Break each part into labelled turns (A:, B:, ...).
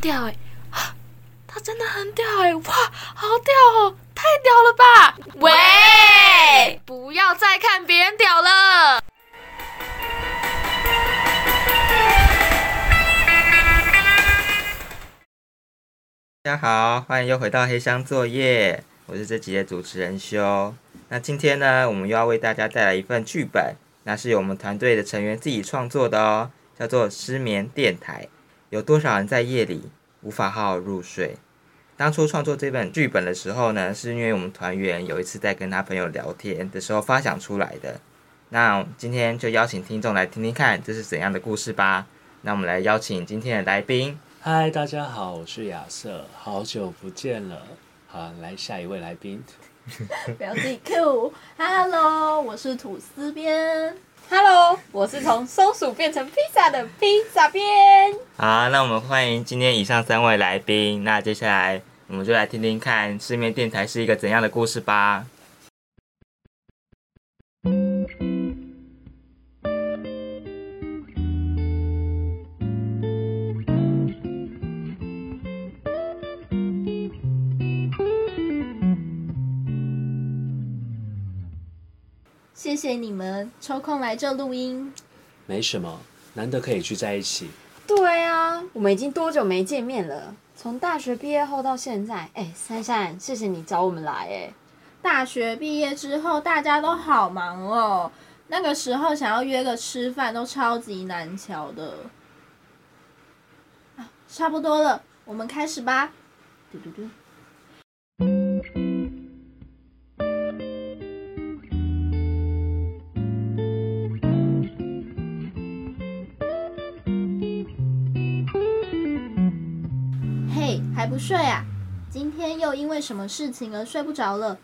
A: 屌哎、啊他真的很屌哎、哇，好屌哦，太屌了吧！喂，不要再看别人屌了。
B: 大家好，欢迎又回到黑箱作业，我是这集的主持人修。那今天呢，我们又要为大家带来一份剧本，那是由我们团队的成员自己创作的哦，叫做《失眠电台》。有多少人在夜里无法好好入睡？当初创作这本剧本的时候呢，是因为我们团员有一次在跟他朋友聊天的时候发想出来的。那今天就邀请听众来听听看这是怎样的故事吧。那我们来邀请今天的来宾，
C: 嗨，大家好，我是亚瑟，好久不见了。好，来下一位来宾，
D: 不要自己 Q。Hello，我是吐司边。Hello，我是从松鼠变成披萨的披萨边。
B: 好，那我们欢迎今天以上三位来宾。那接下来我们就来听听看失眠电台是一个怎样的故事吧。
D: 谢谢你们抽空来这录音。
C: 没什么，难得可以聚在一起。
E: 对啊，我们已经多久没见面了？从大学毕业后到现在，哎、珊珊，谢谢你找我们来、哎，
D: 大学毕业之后，大家都好忙哦。那个时候想要约个吃饭都超级难瞧的。啊，差不多了，我们开始吧。嘟嘟嘟。嘿，还不睡啊？今天又因为什么事情而睡不着了？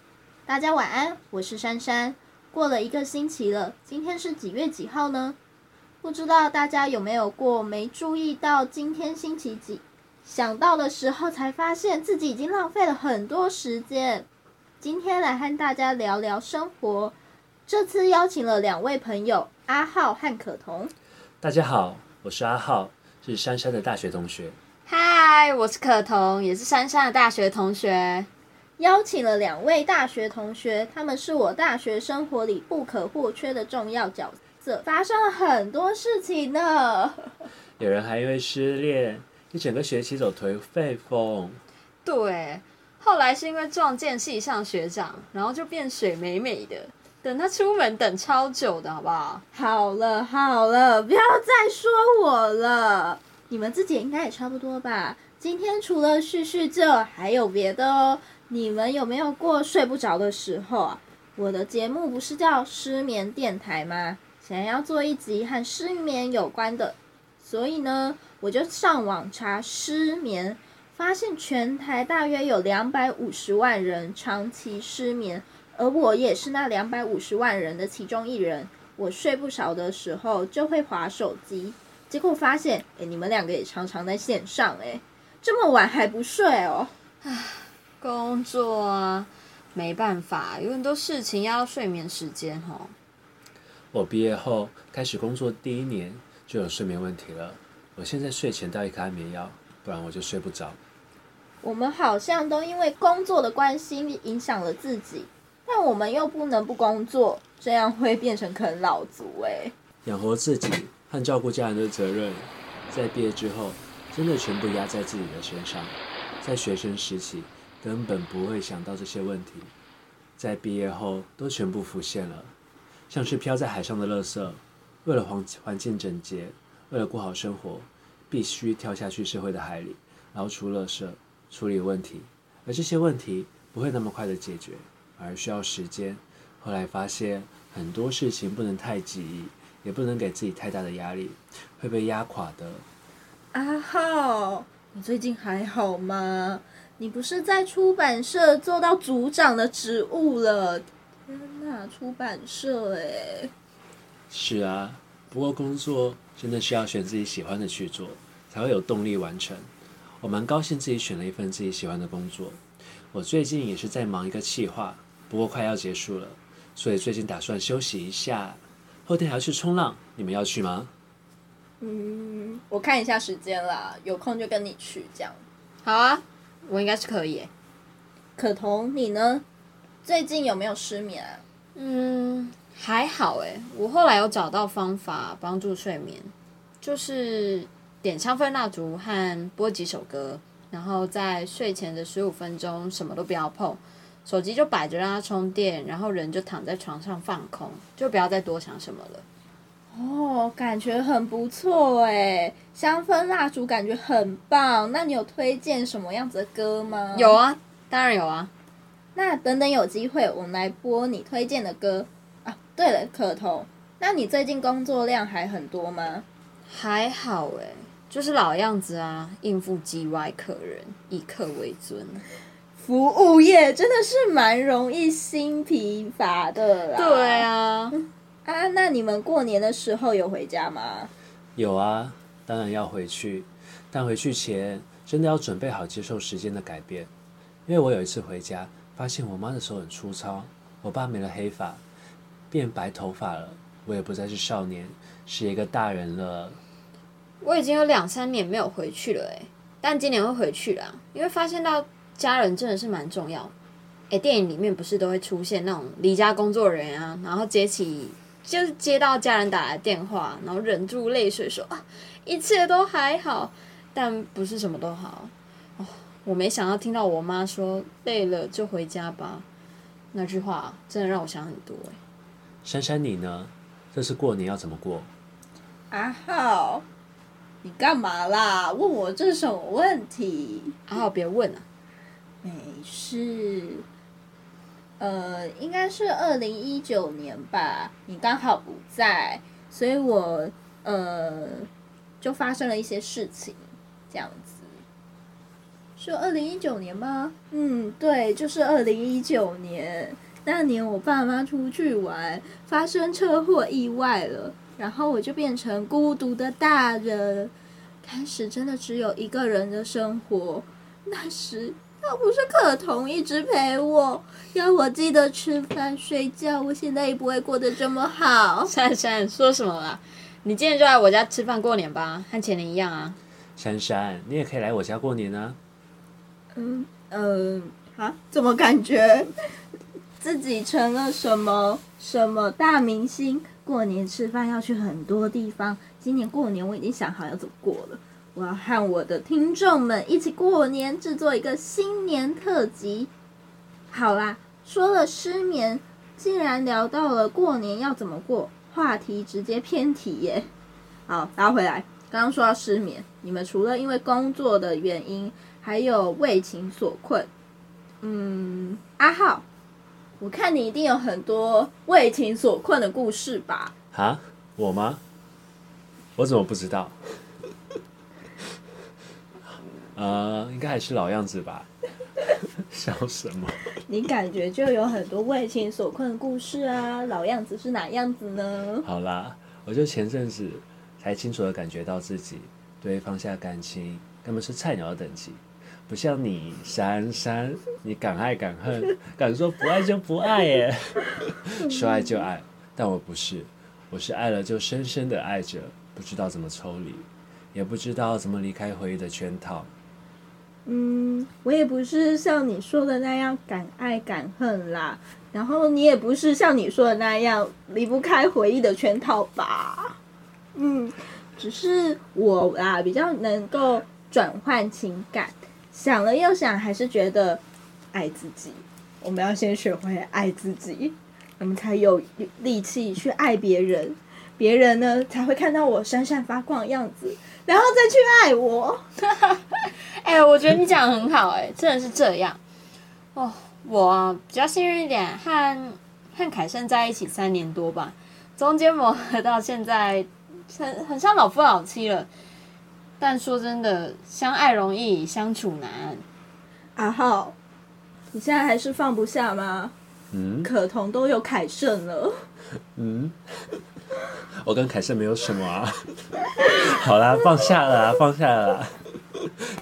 D: 大家晚安，我是珊珊。过了一个星期了，今天是几月几号呢？不知道大家有没有过没注意到今天星期几？想到的时候才发现自己已经浪费了很多时间。今天来和大家聊聊生活，这次邀请了两位朋友阿浩和可彤。
C: 大家好，我是阿浩，是珊珊的大学同学。
E: 嗨，我是可彤，也是珊珊的大学同学。
D: 邀请了两位大学同学，他们是我大学生活里不可或缺的重要角色，发生了很多事情呢。
C: 有人还因为失恋，一整个学期走颓废风。
E: 对，后来是因为撞见系上学长，然后就变水美美的，等他出门等超久的，好不好？
D: 好了好了，不要再说我了，你们自己应该也差不多吧。今天除了叙叙旧，还有别的哦。你们有没有过睡不着的时候啊？我的节目不是叫失眠电台吗？想要做一集和失眠有关的，所以呢，我就上网查失眠，发现全台大约有两百五十万人长期失眠，而我也是那两百五十万人的其中一人。我睡不着的时候就会划手机，结果发现，诶，你们两个也常常在线上、诶，这么晚还不睡哦？
E: 工作啊，没办法，有很多事情要睡眠时间哦。
C: 我毕业后开始工作第一年就有睡眠问题了，我现在睡前带一颗安眠药，不然我就睡不着。
D: 我们好像都因为工作的关系影响了自己，但我们又不能不工作，这样会变成啃老族哎诶。
C: 养活自己和照顾家人的责任，在毕业之后真的全部压在自己的身上。在学生时期根本不会想到这些问题，在毕业后都全部浮现了，像是漂在海上的垃圾。为了环环境整洁，为了过好生活，必须跳下去社会的海里，捞出垃圾，处理问题。而这些问题不会那么快的解决，而需要时间。后来发现很多事情不能太急，也不能给自己太大的压力，会被压垮的。
D: 阿浩，啊你最近还好吗？你不是在出版社做到组长的职务了？天哪，出版社哎、
C: 是啊，不过工作真的是要选自己喜欢的去做，才会有动力完成。我蛮高兴自己选了一份自己喜欢的工作。我最近也是在忙一个企划，不过快要结束了，所以最近打算休息一下。后天还要去冲浪，你们要去吗？
D: 嗯，我看一下时间啦，有空就跟你去这样。
E: 好啊，我应该是可以耶。
D: 可彤，你呢？最近有没有失眠啊？
E: 嗯，还好哎，我后来有找到方法帮助睡眠，就是点香氛蜡烛和播几首歌，然后在睡前的十五分钟什么都不要碰，手机就摆着让它充电，然后人就躺在床上放空，就不要再多想什么了。
D: 哦，感觉很不错哎，香氛蜡烛感觉很棒。那你有推荐什么样子的歌吗？
E: 有。啊，当然有啊。
D: 那等等有机会我们来播你推荐的歌啊。对了，可彤，那你最近工作量还很多吗？
E: 还好哎，就是老样子啊，应付 GY 客人，以客为尊。
D: 服务业真的是蛮容易心疲乏的啦。
E: 对。啊，
D: 啊，那你们过年的时候有回家吗？
C: 有啊，当然要回去，但回去前真的要准备好接受时间的改变。因为我有一次回家，发现我妈的手很粗糙，我爸没了黑发，变白头发了，我也不再是少年，是一个大人了。
E: 我已经有两三年没有回去了哎，但今年会回去啦，因为发现到家人真的是蛮重要。哎，电影里面不是都会出现那种离家工作人员啊，然后接起就是接到家人打来的电话，然后忍住泪水说啊，一切都还好，但不是什么都好。哦，我没想到听到我妈说累了就回家吧，那句话真的让我想很多哎。
C: 珊珊，你呢？这次过年要怎么过？
D: 阿浩，啊你干嘛啦？问我这什么问题？
E: 还好别问啊，
D: 没事。呃，应该是二零一九年吧，你刚好不在，所以我呃就发生了一些事情，这样子。是二零一九年吗？嗯，对，就是二零一九年。那年我爸妈出去玩，发生车祸意外了，然后我就变成孤独的大人，开始真的只有一个人的生活。那时要不是可彤一直陪我，要我记得吃饭睡觉，我现在也不会过得这么 好。
E: 珊珊说什么啦？你今天就来我家吃饭过年吧，和前年一样啊。
C: 珊珊，你也可以来我家过年啊。
D: 嗯嗯啊，怎么感觉自己成了什么什么大明星？过年吃饭要去很多地方，今年过年我已经想好要怎么过了。我要和我的听众们一起过年，制作一个新年特辑。好啦，说了失眠，既然聊到了过年要怎么过，话题直接偏题耶。好，拉回来，刚刚说到失眠，你们除了因为工作的原因，还有为情所困。嗯，阿浩，我看你一定有很多为情所困的故事吧？
C: 啊，我吗？我怎么不知道？ 呃，应该还是老样子吧。 笑什么？
D: 你感觉就有很多为情所困的故事啊，老样子是哪样子呢？
C: 好啦，我就前阵子才清楚的感觉到自己对放下感情根本是菜鸟的等级，不像你珊珊，你敢爱敢恨，敢说不爱就不爱耶，说爱就爱，但我不是，我是爱了就深深的爱着，不知道怎么抽离，也不知道怎么离开回忆的圈套。
D: 嗯，我也不是像你说的那样敢爱敢恨啦，然后你也不是像你说的那样离不开回忆的圈套吧？嗯，只是我啊比较能够转换情感，想了又想，还是觉得爱自己。我们要先学会爱自己，我们才有力气去爱别人，别人呢才会看到我闪闪发光的样子，然后再去爱我。
E: 哎、我觉得你讲的很好、哎，真的是这样。哦，我啊比较幸运一点，和和凯盛在一起三年多吧，中间磨合到现在，很很像老夫老妻了。但说真的，相爱容易相处难。
D: 阿浩，你现在还是放不下吗？
C: 嗯
D: 可彤都有凯盛了，
C: 嗯，我跟凯盛没有什么啊。 好啦，放下了啦，放下了啦，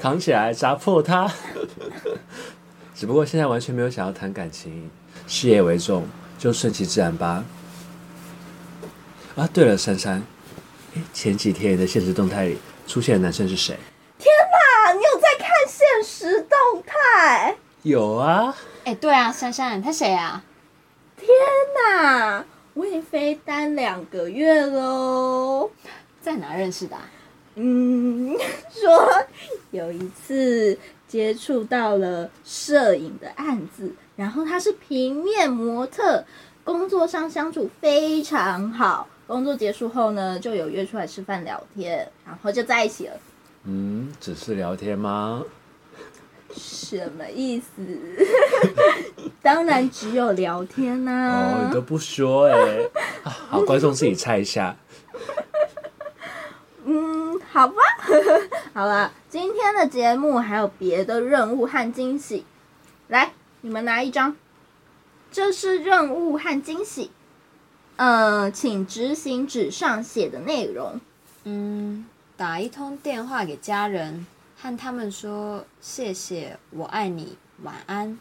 C: 扛起来砸破它。只不过现在完全没有想要谈感情，事业为重，就顺其自然吧。啊，对了，珊珊，诶前几天的现实动态里出现的男生是谁？
D: 啊，你有在看现实动态？
C: 有啊，
E: 哎、对啊，珊珊，他谁啊？
D: 那魏飞单两个月喽。
E: 在哪认识的、啊？
D: 嗯， 说有一次接触到了摄影的案子，然后他是平面模特，工作上相处非常好。工作结束后呢，就有约出来吃饭聊天，然后就在一起了。
C: 嗯，只是聊天吗？
D: 什么意思？ 当然只有聊天呐、
C: 哦，你都不说哎、啊好，观众自己猜一下。
D: 嗯，好吧， 好了，今天的节目还有别的任务和惊喜，来，你们拿一张，这是任务和惊喜，呃，请执行纸上写的内容。
E: 嗯，打一通电话给家人，和他们说谢谢，我爱你，晚安。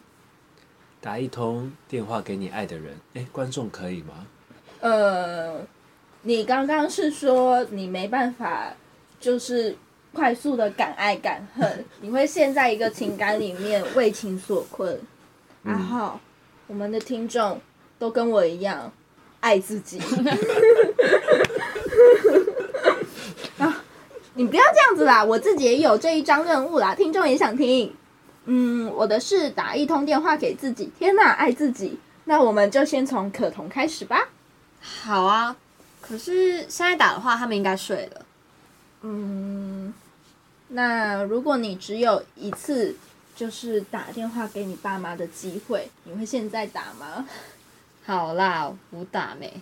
C: 打一通电话给你爱的人，哎、观众可以吗？
D: 呃，你刚刚是说你没办法，就是快速的敢爱敢恨，你会陷在一个情感里面为情所困。然后，我们的听众都跟我一样爱自己。啊，你不要这样子啦，我自己也有这一张任务啦，听众也想听。嗯，我的是打一通电话给自己，天呐，爱自己。那我们就先从可彤开始吧。
E: 好啊，可是现在打的话，他们应该睡了。
D: 嗯，那如果你只有一次就是打电话给你爸妈的机会，你会现在打吗？
E: 好啦，我打没。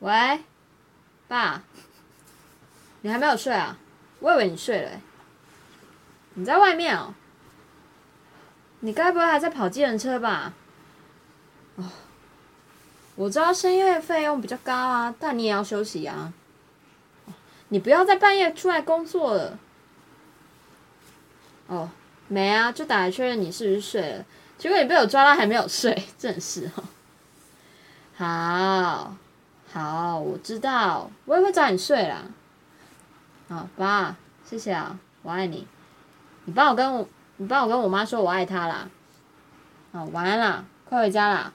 E: 喂，爸，你还没有睡啊？我以为你睡了欸、你在外面哦、你该不会还在跑计程车吧？哦，我知道深夜费用比较高啊，但你也要休息啊。你不要在半夜出来工作了。哦，没啊，就打来确认你是不是睡了，结果你被我抓到还没有睡， 真是哦。好，好，我知道，我也会找你睡啦。好，爸，谢谢啊，我爱你。你帮我跟我，你帮我跟我妈说我爱她啦。好，晚安啦，快回家啦。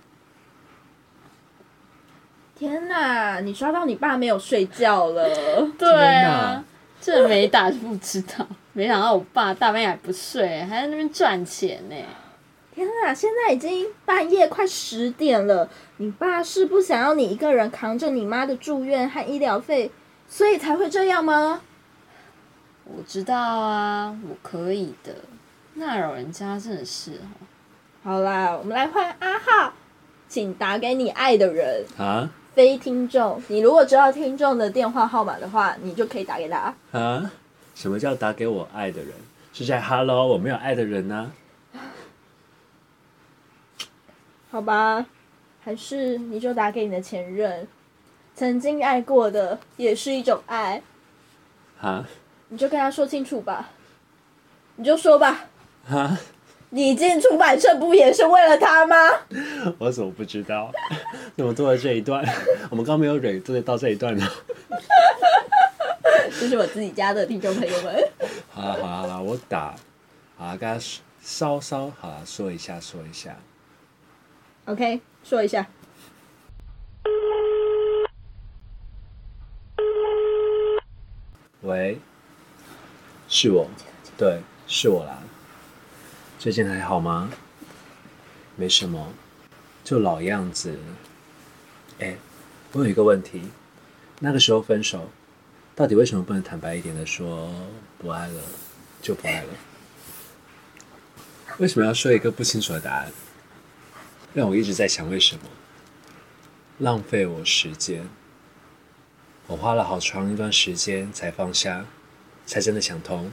D: 天呐，你抓到你爸没有睡觉了。
E: 对
C: 天哪
E: 啊，这没打就不知道，没想到我爸大半夜还不睡，还在那边赚钱呢。
D: 天呐，现在已经半夜快十点了，你爸是不想要你一个人扛着你妈的住院和医疗费，所以才会这样吗？
E: 我知道啊，我可以的。那老人家真的是哦，
D: 好啦，我们来换阿浩，请打给你爱的人，
C: 啊
D: 非听众。你如果知道听众的电话号码的话，你就可以打给他。
C: 啊！什么叫打给我爱的人？是在 Hello，我没有爱的人呢、
D: 好吧，还是你就打给你的前任，曾经爱过的也是一种爱，
C: 啊
D: 你就跟他说清楚吧，你就说吧，
C: 啊啊！
D: 你进出版社不也是为了他吗？
C: 我怎么不知道？ 怎么做了这一段？我们刚没有蕊做到这一段呢。
D: 这是我自己家的听众朋友们，
C: 好啊啦好啦好啦，我打，好啊啦，跟他说稍稍好啦，说一下说一下。
D: OK，说一下，
C: 喂，是我，对，是我啦。最近还好吗？没什么，就老样子。哎，我有一个问题，那个时候分手，到底为什么不能坦白一点的说不爱了就不爱了？为什么要说一个不清楚的答案？让我一直在想为什么，浪费我时间。我花了好长一段时间才放下，才真的想通。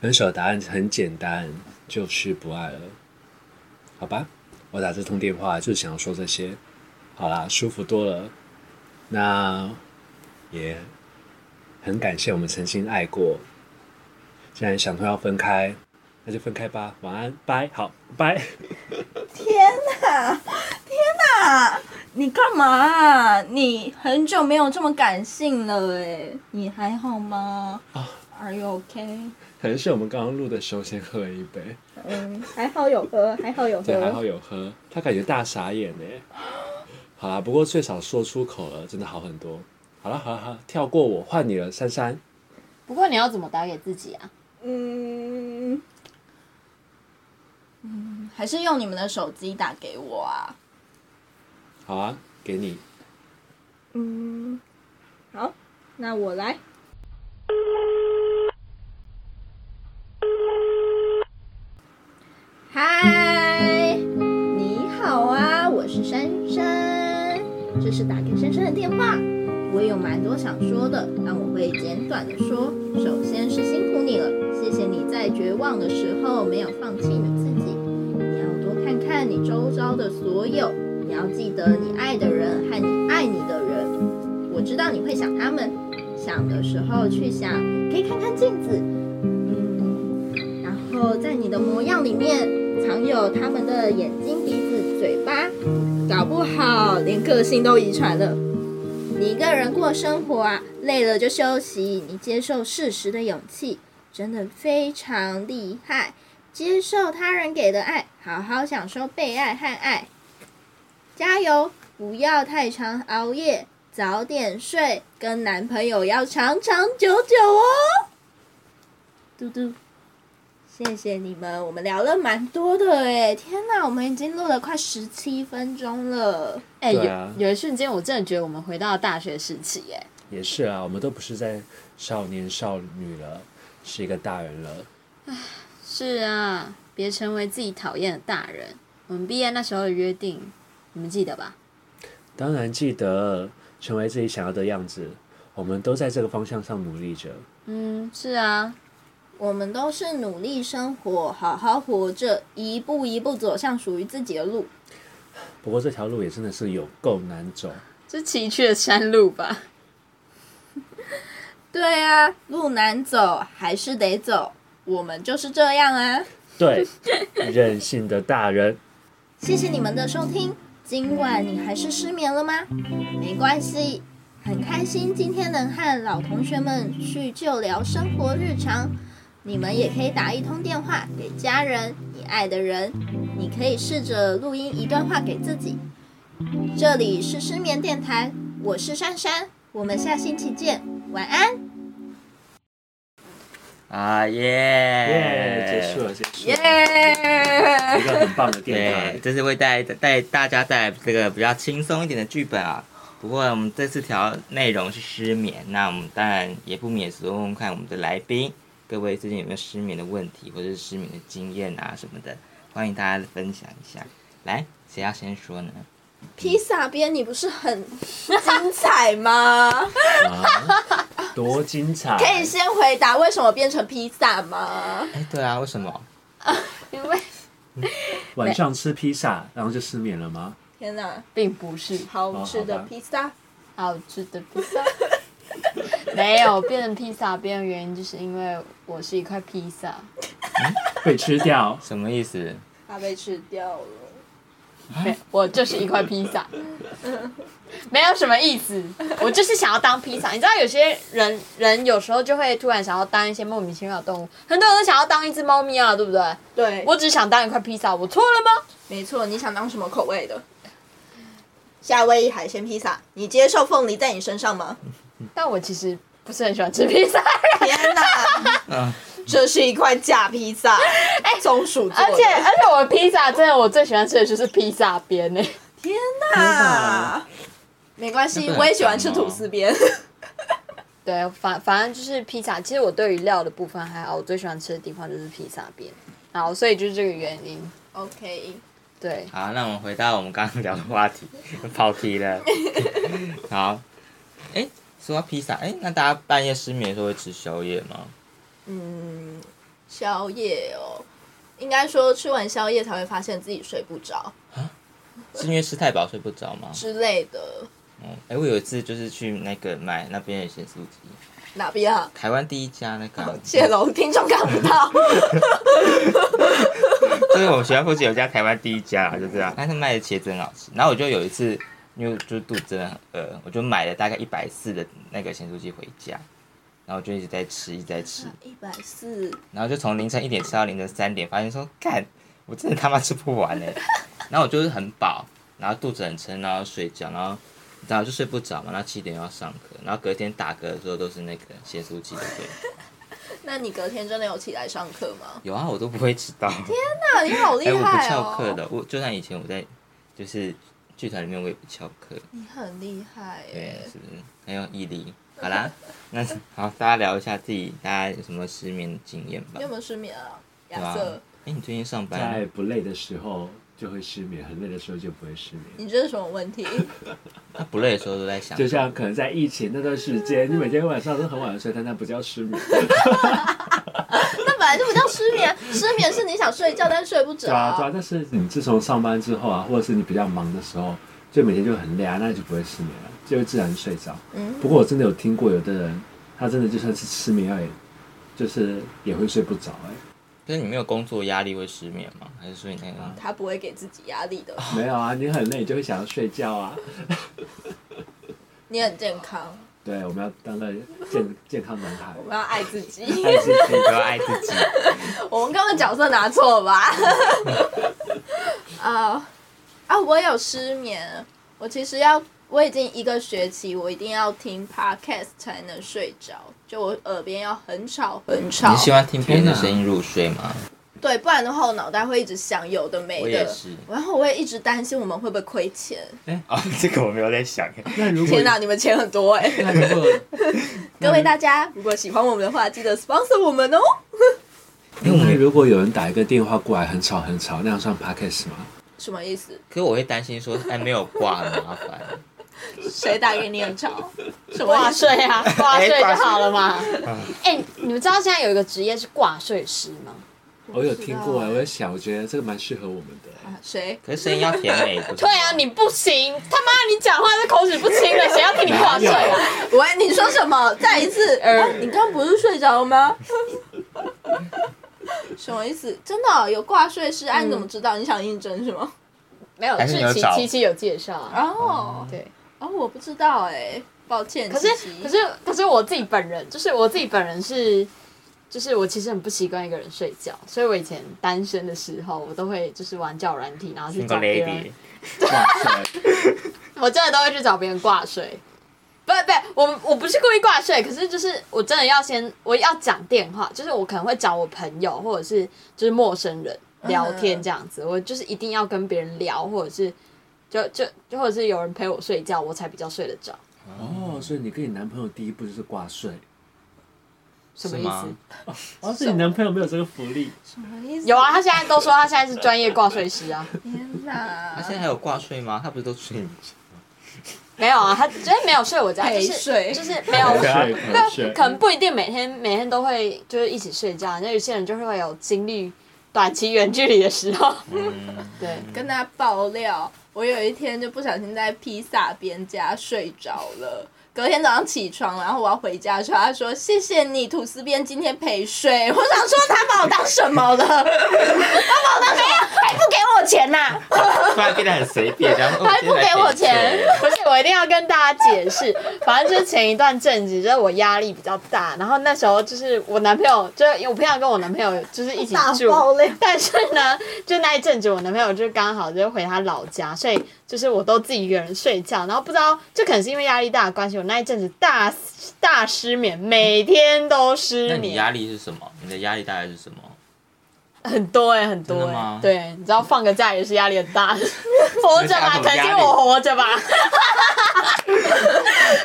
C: 分手的答案很简单，就是不爱了。好吧，我打这通电话就是想要说这些。好啦，舒服多了。那也很感谢我们曾经爱过。既然想通要分开，那就分开吧。 晚安，拜。好，拜。
D: 天哪，天哪，你干嘛啊、你很久没有这么感性了哎、你还好吗、
C: 啊
D: a r e you okay？
C: 可能是我们刚刚录的时候先喝了一杯，
D: 嗯，还好有喝，还好有
C: 对，还好有喝。他感觉大傻眼呢。好啦，不过最少说出口了，真的好很多。好了，好了，好啦，跳过我，换你了，珊珊。
E: 不过你要怎么打给自己啊？
D: 嗯，嗯，还是用你们的手机打给我啊。
C: 好啊，给你。
D: 嗯，好，那我来。嗨，你好啊，我是珊珊，这是打给珊珊的电话。我有蛮多想说的，但我会简短的说。首先是辛苦你了，谢谢你在绝望的时候没有放弃你自己。你要多看看你周遭的所有，你要记得你爱的人和你爱你的人。我知道你会想他们，想的时候去想，可以看看镜子，嗯，然后在你的模样里面藏有他们的眼睛、鼻子、嘴巴，搞不好连个性都遗传了。你一个人过生活啊，累了就休息。你接受事实的勇气真的非常厉害。接受他人给的爱，好好享受被爱和爱。加油，不要太常熬夜，早点睡，跟男朋友要长长久久哦。嘟嘟，谢谢你们，我们聊了蛮多的诶，天哪，我们已经录了快十七分钟了。
E: 哎、
C: 对啊
E: 有有一瞬间，我真的觉得我们回到大学时期、哎，
C: 也是啊，我们都不是在少年少女了，是一个大人了。
E: 是啊，别成为自己讨厌的大人。我们毕业那时候的约定，你们记得吧？
C: 当然记得成为自己想要的样子，我们都在这个方向上努力着。
E: 嗯，是啊，
D: 我们都是努力生活，好好活着，一步一步走向属于自己的路。
C: 不过这条路也真的是有够难走。
E: 这崎岖的山路吧。
D: 对啊，路难走还是得走，我们就是这样啊。
C: 对，任性的大 人，
D: 谢谢你们的收听。今晚你还是失眠了吗？没关系，很开心今天能和老同学们叙旧聊生活日常。你们也可以打一通电话给家人、你爱的人，你可以试着录音一段话给自己。这里是失眠电台，我是珊珊，我们下星期见，晚安。
B: 啊耶！
C: 耶，哎结束了，结束了，
D: 耶！
C: 一个很棒的电
B: 对
C: 台，。
B: 这是为带带大家带来这个比较轻松一点的剧本啊。不过我们这次调内容是失眠，那我们当然也不免俗，问问看我们的来宾，各位最近有没有失眠的问题，或者是失眠的经验啊什么的，欢迎大家分享一下。来，谁要先说呢？
D: 披萨边你不是很精彩 吗？
C: 啊， 多精彩！
D: 可以哎先回答为什么变成披萨吗？
B: 哎，对啊，为什么？
E: 因为
C: 晚上吃披萨，然后就失眠了吗？
D: 天哪，
E: 并不是
D: 好吃
C: 哦
D: 的
C: 好吧
D: 披萨！
E: 好吃的披萨， 没有变成披萨边的原因，就是因为我是一块披萨。
C: 被吃 掉。
B: 什么意思？
D: 它被吃掉了。
E: 没，我就是一块披萨，没有什么意思。我就是想要当披萨。你知道有些人人有时候就会突然想要当一些莫名其妙的动物，很多人都想要当一只猫咪啊，对不对？
D: 对，
E: 我只想当一块披萨，我错了吗？
D: 没错。你想当什么口味的？夏威夷海鲜披萨，你接受凤梨在你身上吗？
E: 但我其实不是很喜欢吃披萨，
D: 天 哪，
B: 嗯，
D: 这是一块假披萨，松鼠做的。
E: 而且 而且我披萨真的我最喜欢吃的就是披萨边欸呢、
D: 天
B: 哪
D: 哪， 没关系，
B: 那不能
D: 我也喜欢吃
B: 讲哦
D: 吐司边。
E: 对，反反正就是披萨。其实我对于料的部分还好，我最喜欢吃的地方就是披萨边。好，所以就是这个原因。
D: OK，
E: 对，
B: 好，那我们回到我们刚刚聊的话题， 跑题了。好，哎，说到披萨，哎，那大家半夜失眠的时候会吃宵夜吗？
D: 嗯，宵夜哦，应该说吃完宵夜才会发现自己睡不着
B: 是因为吃太饱睡不着吗？
D: 之类的。
B: 嗯，哎、我有一次就是去那个买那边的咸酥鸡，
D: 哪边啊？
B: 台湾第一家那个啊，
D: 谢龙，听众看不到。
B: 就是我们学校附近有一家台湾第一家啊，就这样，但是卖的茄子很好吃。然后我就有一次因为就是肚子真的很饿，我就买了大概一百四的那个咸酥鸡回家，然后就一直在吃，一直在吃，
F: 一百四，
B: 然后就从凌晨一点吃到凌晨三点，发现说干，我真的他妈吃不完 哎、然后我就是很饱，然后肚子很撑，然后睡觉，然后你知道就睡不着嘛，然后七点又要上课，然后隔天打嗝的时候都是那个咸酥鸡，对不对？
D: 那你隔天真的有起来上课吗？
B: 有啊，我都不会迟到。
D: 那啊你好厉
B: 哎、我不
D: 害
B: 翘
D: 哦！
B: 课的，我就算以前我在就是剧团里面，我也不翘课。
D: 你很厉害
B: 对
D: 耶，！
B: 是不是很有毅力？好啦， 那好，大家聊一下自己，大家有什么失眠的经验吧
D: 你有？没有失眠啊？
B: 对
D: 亚
B: 吧？
D: 瑟
B: 哎，、你最近上
C: 在
B: 班，
C: 不累的时候就会失眠，很累的时候就不会失眠。
D: 你这是什么 问题？
B: 他不累的时候都在想，
C: 就像可能在疫情那段时间，你每天晚上都很晚睡，但那不叫失 眠，
D: 那本来就不叫失
E: 啊
D: 眠，失眠是你想睡觉但睡不着。
C: 对啊对啊。但是你自从上班之后啊，或者是你比较忙的时候，就每天就很累啊，那你就不会失眠了，就会自然睡着。
D: 嗯
C: 不过我真的有听过有的人，他真的就算是失眠药也，就是也会睡不着哎、
B: 就是你没有工作压力会失眠吗？还是说你那
E: 嗯
B: 个？
D: 他不会给自己压力的，
C: 没有啊，你很累，你就会想要睡觉啊。
D: 你很健康，
C: 对，我们要当个健健康男 孩
D: 我，们要爱自己。
B: 爱自己，不要爱 自己。
D: 我们刚刚角色拿错了吧？ 啊啊！我有失眠，我其实要，我已经一个学期，我一定要听 podcast 才能睡着，就我耳边要很吵很吵
B: 你，喜欢听别人的
C: 天哪
B: 声音入睡吗？
D: 对，不然的话我脑袋会一直想有的没
B: 我也
D: 的
B: 是，
D: 然后我会一直担心我们会不会亏钱。
B: 哦， 这个我没有在想。
C: 那如果
D: 天哪，你们钱很多哎、
C: 那如果
D: 各位大家，如果喜欢我们的话，记得 sponsor 我们哦。
B: 因为我
C: 那
B: 们，
C: 如果有人打一个电话过来，很吵很吵，那样算 podcast 吗？
D: 什么意思？
B: 可是我会担心说，哎，没有挂很麻烦。
D: 谁打给你很 吵？什么
E: 挂
D: 意思
E: 睡？啊，挂睡
B: 挂
E: 就
B: 睡
E: 好了嘛。 哎、你们知道现在有一个职业是挂睡师吗？
C: 我有听过哎、我在想，我觉得这个蛮适合我们的、
D: 啊谁？
B: 可是声音要甜美，不是
E: 对啊，
B: 吗
E: 你不行，他妈你讲话是口齿不清的，谁要听你挂睡啊？
D: 喂，你说什么？再一次，哎
E: 呃
D: 你刚不是睡着了吗？ 什么意思？真的哦、有挂睡师？哎、你怎么知道？你想应征是吗？
E: 没有，
B: 还是你有
E: 志奇
B: 找
E: 七七有介绍啊。
D: 哦，
E: 对，
D: 哦，我不知道哎、抱歉。
E: 可是
D: 琪琪
E: 可是可是我自己本人，就是我自己本人是，就是我其实很不习惯一个人睡觉，所以我以前单身的时候，我都会就是玩叫软体，然后去
B: 那个
E: 找别人
B: lady，
C: 哇塞，
E: 我真的都会去找别人挂睡。不不，我我不是故意挂睡，可是就是我真的要先，我要讲电话，就是我可能会找我朋友或者是就是陌生人聊天这样子，我就是一定要跟别人聊，或者是就就就或者是有人陪我睡觉，我才比较睡得着。
C: 哦，所以你跟你男朋友第一步就是挂睡，
E: 什么
B: 是
E: 意
B: 吗
E: 思？
C: 哦，所以你男朋友没有这个福 利，
D: 什么意思？
E: 有啊，他现在都说他现在是专业挂睡师 啊，
D: 天
B: 他
D: 哪！
B: 现在还有挂睡吗？他不是都睡你
E: 没有啊，他真没有睡我家，就
D: 陪
E: 是
D: 睡
E: 就是没有
C: 可睡可睡，
E: 可能不一定每天每天都会就是一起睡觉，那有些人就是会有经历短期远距离的 时候，嗯
B: 嗯
E: 对，
D: 跟大家爆料，我有一天就不小心在披萨边家睡着了。隔天早上起床，然后我要回家的时候，他说：“谢谢你，吐司边今天陪睡。” 我想说他把我当什么 了？他把我当什么？还不给我钱啊呐、
B: 突然变得很随便，然后
E: 还不给我钱，不是我一定要跟大家解释，反正就是前一段阵子就是我压力比较大，然后那时候就是我男朋友，就是我平常跟我男朋友就是一起住，但是呢，就那一阵子我男朋友就刚好就回他老家，所以就是我都自己一个人睡觉，然后不知道就可能是因为压力大的关系，我那一阵子大大失眠，每天都
B: 那
E: 失
B: 你
E: 眠，
B: 压力是什么？你的压力大概是什么？
E: 很多哎、很多
B: 真的
E: 哎、
B: 吗
E: 对，你知道放个假也是压力很大， 活着吧，
B: 你
E: 肯
B: 在压力
E: 定我活着吧。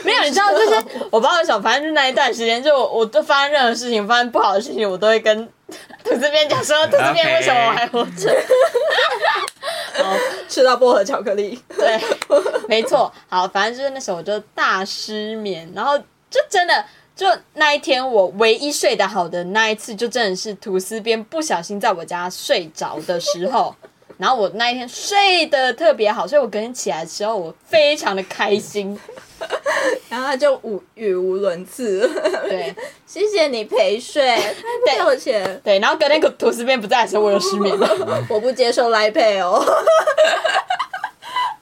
E: 没有，你知道，就是我不知道为什么，反正就那一段时间，就我我都发生任何事情，发生不好的事情，我都会跟土司边讲说，土司边为什么我还活着？
D: 吃到薄荷巧克力，
E: 对，没错。好，反正就是那时候我就大失眠，然后就真的就那一天我唯一睡得好的那一次，就真的是吐司边不小心在我家睡着的时候。 然后我那一天睡得特别好，所以我隔天起来的时候，我非常的开心。
D: 然后他就无语无伦次。
E: 对
D: 谢谢你陪睡，还不给我钱，
E: 对，然后隔天吐司边不在的时候，我有失眠了。
D: 我不接受来配哦。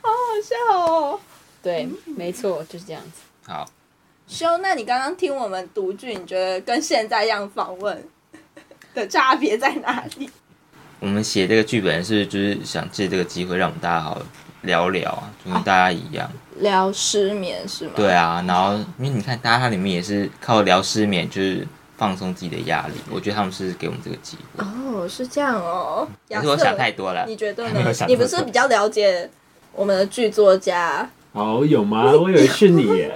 D: 好好笑哦！
E: 对，没错，就是这样子。
B: 好，
D: 修，那你刚刚听我们读剧，你觉得跟现在这样访问的差别在哪里？
B: 我们写这个剧本是就是想借这个机会让我们大家好聊聊啊，就跟大家一样。
D: 聊失眠是吗？
B: 对啊，然后因为你看，大家它里面也是靠聊失眠，就是放松自己的压力。我觉得他们是给我们这个机会，
D: 哦，是这样哦。
B: 可
D: 亚
B: 是嗯我
D: 瑟
B: 想太多了
D: 你。觉得
B: 没有
D: 呢
B: 想？
D: 你
B: 这
D: 不
B: 么
D: 是
B: 多
D: 比较了解我们的剧作家？
C: 哦，有吗？我以为是你耶。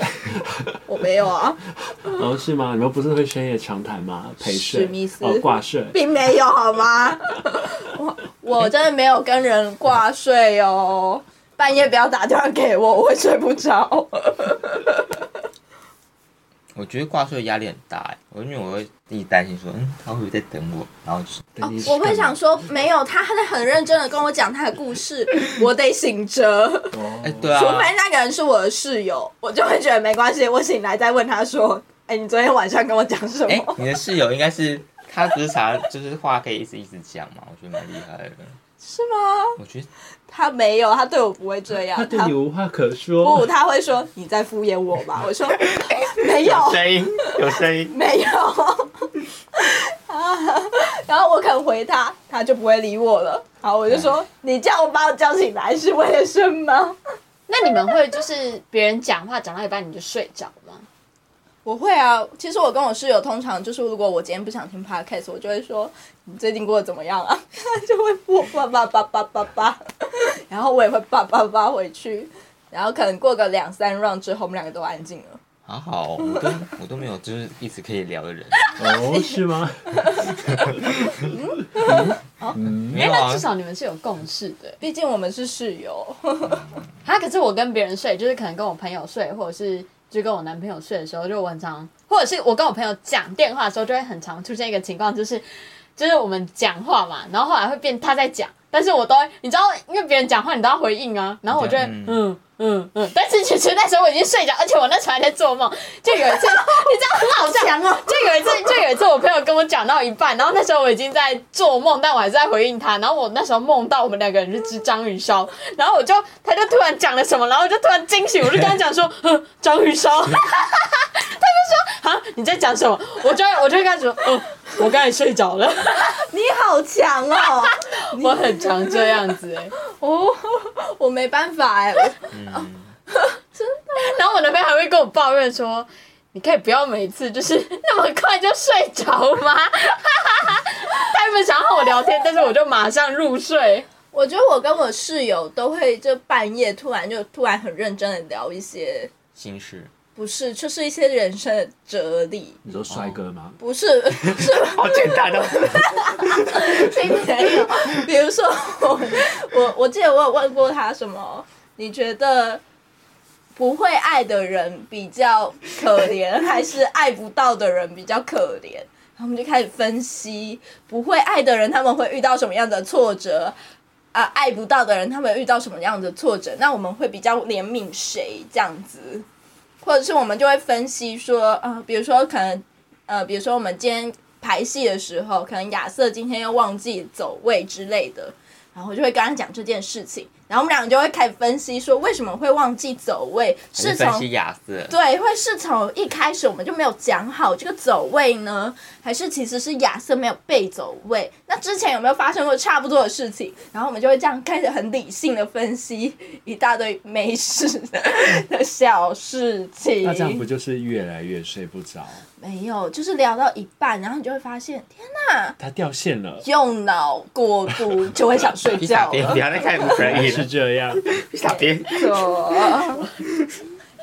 D: 我没有 啊，
C: 哦，是吗？你们不是会深夜长谈吗？陪睡
D: 史密斯
C: 哦，挂睡。
D: 并没有好吗？ 我我真的没有跟人挂睡哦，半夜不要打电话给我，我会睡不 着。
B: 我觉得挂睡压力很大哎，我因为我会自己担心说，嗯，他会不会在等我？然后就是
C: 对你是
D: 哦我会
C: 干
D: 想
C: 嘛
D: 说，没有，他还在很认真的跟我讲他的故 事，我得醒着，
C: 哦
B: 哎、 对啊
D: 除，非那个人是我的室友，我就会觉得没关系，我醒来再问他说，哎、你昨天晚上跟我讲什
B: 哎、
D: 么？
B: 你的室友应该是他不是常 就是话可以一直一直讲嘛，我觉得蛮厉害的。
D: 是吗？
B: 我觉得
D: 他没有，他对我不会这样，
C: 他对你无话可
D: 不，
C: 说。
D: 他会说你在敷衍我吧？ 我说没有，
B: 声音有声音，
D: 没有。 然后我肯回他，他就不会理我了。好，我就说你叫我把我叫醒来是为了什么？
E: 那你们会就是别人讲话讲到一半你就睡着吗？
D: 我会啊，其实我跟我室友通常就是，如果我今天不想听 podcast，我就会说你最近过得怎么样啊？ 他就会播叭叭叭叭叭叭，然后我也会叭叭叭回去，然后可能过个两三 round 之后，我们两个都安静了。
B: 好好哦，我都我都没有就是一直可以聊的人，
C: 哦，是 吗？
B: 没
E: 哎、
B: 有
E: 那
B: 啊
E: 至，少你们是有共识的。
D: 毕竟我们是室友，
E: 他、可是我跟别人睡，就是可能跟我朋友睡，或者是就跟我男朋友睡的时候，就我很常，或者是我跟我朋友讲电话的时候，就会很常出现一个情况，就是就是我们讲话嘛，然后后来会变他在讲，但是我都会你知道，因为别人讲话你都要回应啊，然后我就会
B: 嗯
E: 嗯嗯嗯，但是其实那时候我已经睡着，而且我那时候还在做梦，就有一次 你知道很好笑。
D: 强哦。
E: 就有一次，就有一次，我朋友跟我讲到一半，然后那时候我已经在做梦，但我还是在回应他。然后我那时候梦到我们两个人是吃章鱼烧，然后我就他就突然讲了什么，然后我就突然惊醒，我就跟他讲说， 嗯，章鱼烧。 他就说啊，你在讲什么？我就我就跟他说，嗯，我刚才睡着了。
D: 你好强哦！
E: 我很常这样子哎、
D: 哦，我没办法哎、我
B: 嗯，
E: 然后我男朋友还会跟我抱怨说。你可以不要每次就是 那么快就睡着吗？ 他们想要和我聊天，但是我就马上入睡。
D: 我觉得我跟我室友都会就半夜突然就突然很认真的聊一些，
B: 心事，
D: 不是，就是一些人生的哲理，
C: 你说帅哥吗？
D: 不是是
B: 好简单哦，
D: 没有。比如说我我我记得我有问过他什么，你觉得？不会爱的人比较可怜，还是爱不到的人比较可怜？然后我们就开始分析，不会爱的人他们会遇到什么样的挫折，啊、爱不到的人他们遇到什么样的挫折，那我们会比较怜悯谁这样子，或者是我们就会分析说，啊、比如说可能，呃，比如说我们今天排戏的时候，可能亚瑟今天又忘记走位之类的，然后我就会跟他讲这件事情，然后我们两个就会开始分析说为什么会忘记走位，
B: 还是
D: 是从
B: 分析亚瑟，
D: 对，会是从一开始我们就没有讲好这个走位呢，还是其实是亚瑟没有被走位？那之前有没有发生过差不多的事情？然后我们就会这样开始很理性的分析一大堆没事 的小事情。
C: 那这样不就是越来越睡不着？
D: 没有，就是聊到一半，然后你就会发现，天哪，
C: 他掉线了，
D: 用脑过度就会想睡
B: 披萨
D: 觉
B: 边不
D: 了。
B: 要再看不可
C: 原来
B: 以
C: 是
B: 了，
C: 这样。
B: 披萨边，
C: 哦
D: 错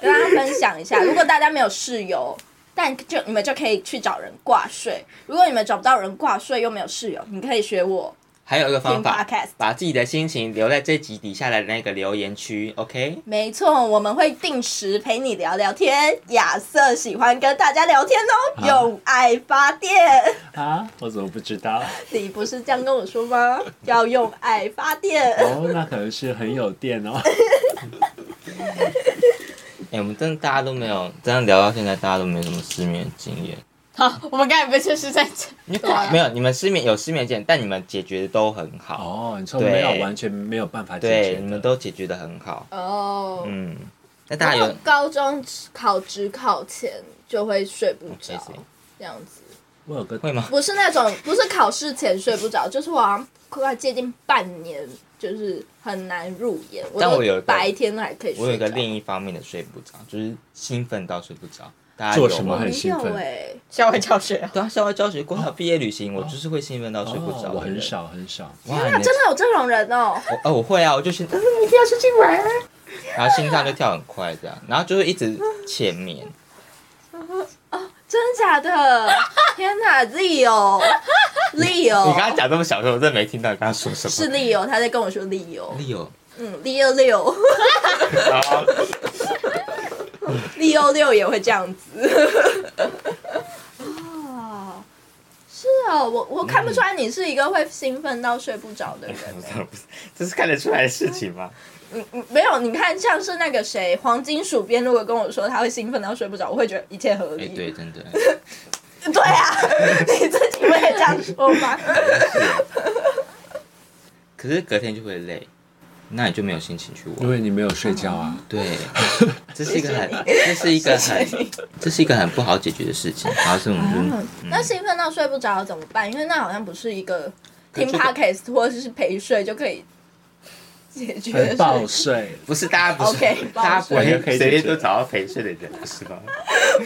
D: 跟大家分享一下，如果大家没有室友，但就你们就可以去找人挂睡。如果你们找不到人挂睡又没有室友，你可以学我。
B: 还有一个方法
D: 听 podcast，
B: 把自己的心情留在这集底下的那个留言区，OK？
D: 没错，我们会定时陪你聊聊天。亚瑟喜欢跟大家聊天哦，用爱发电。
C: 啊，我怎么不知道？
D: 你不是这样跟我说 吗？要用爱发电。
C: 哦，那可能是很有 电哦。
B: 哎、我们真的大家都没有这样聊到现在，大家都没什么失眠经验。
E: 好，我们刚才不就是在讲
B: 因为
E: 啊
B: 没有，你们失眠有失眠经验，但你们解决的都很好，
C: 哦，你说没有
B: 对
C: 完全没有办法解
B: 对，
C: 决
B: 你们
C: 的，
E: 哦
B: 都解决的很好。
D: 哦
B: 嗯，那大家
D: 然
B: 有
D: 后高中考职考前就会睡不着
B: 哦开始，
D: 这样子。
C: 我有个
B: 会吗？
D: 不是那种，不是考试前睡不着，就是我好像快接近半年，就是很难入眠。
B: 但
D: 都
B: 我有一个
D: 白天还可以睡着。
B: 我有一个另一方面的睡不着，就是兴奋到睡不着。大家
C: 做
B: 有
C: 什
B: 吗
C: 么很兴奋
D: 没有欸
E: 校外教学啊，
B: 对啊，校外教学、国小毕业旅行，我就是会兴奋到睡不着、
C: 哦，我很。少很少。
B: 哇，
E: 啊
B: 你
D: 那真的有这种人哦，
B: 我哦，我会啊，我 就是嗯，一定要出去玩，然后心脏就跳很快这样，然后就是一直浅眠。
D: 真的假的？天哪
B: 你刚刚
D: ，Leo，Leo
B: 讲这么小声，我真的没听到你刚刚说什么。哎
D: 是 Leo，他在跟我说 Leo，
B: Leo，
D: 嗯，Leo 六
B: 好
D: ，Leo 六也会这样子。 哦，是哦，我我看不出来你是一个会兴奋到睡不着的人欸。
B: 这是看得出来的事情吗？
D: 嗯没有，你看像是那个谁，黄金鼠边如果跟我说他会兴奋到睡不着，我会觉得一切合
B: 哎、
D: 理。
B: 对，真的，
D: 对啊， 你自己会这样说吗？
B: 可是隔天就会累，那你就没有心情去
C: 因
B: 玩。
C: 为你没有睡觉啊，
B: 对，这是一个 很，这是一个很，这是一个很不好解决的事情。然后是我们就、嗯
D: 那兴奋到睡不着怎么办？因为那好像不是一个
B: 可
D: 听
B: 是这个
D: podcast 或者是陪睡就可以解 决
B: 嗯
D: 的
C: 很爆
D: 事。
C: 睡。
B: 不是大家不是
D: OK，
B: 大家不会
C: 抱歉
B: 随便都找到陪睡的人，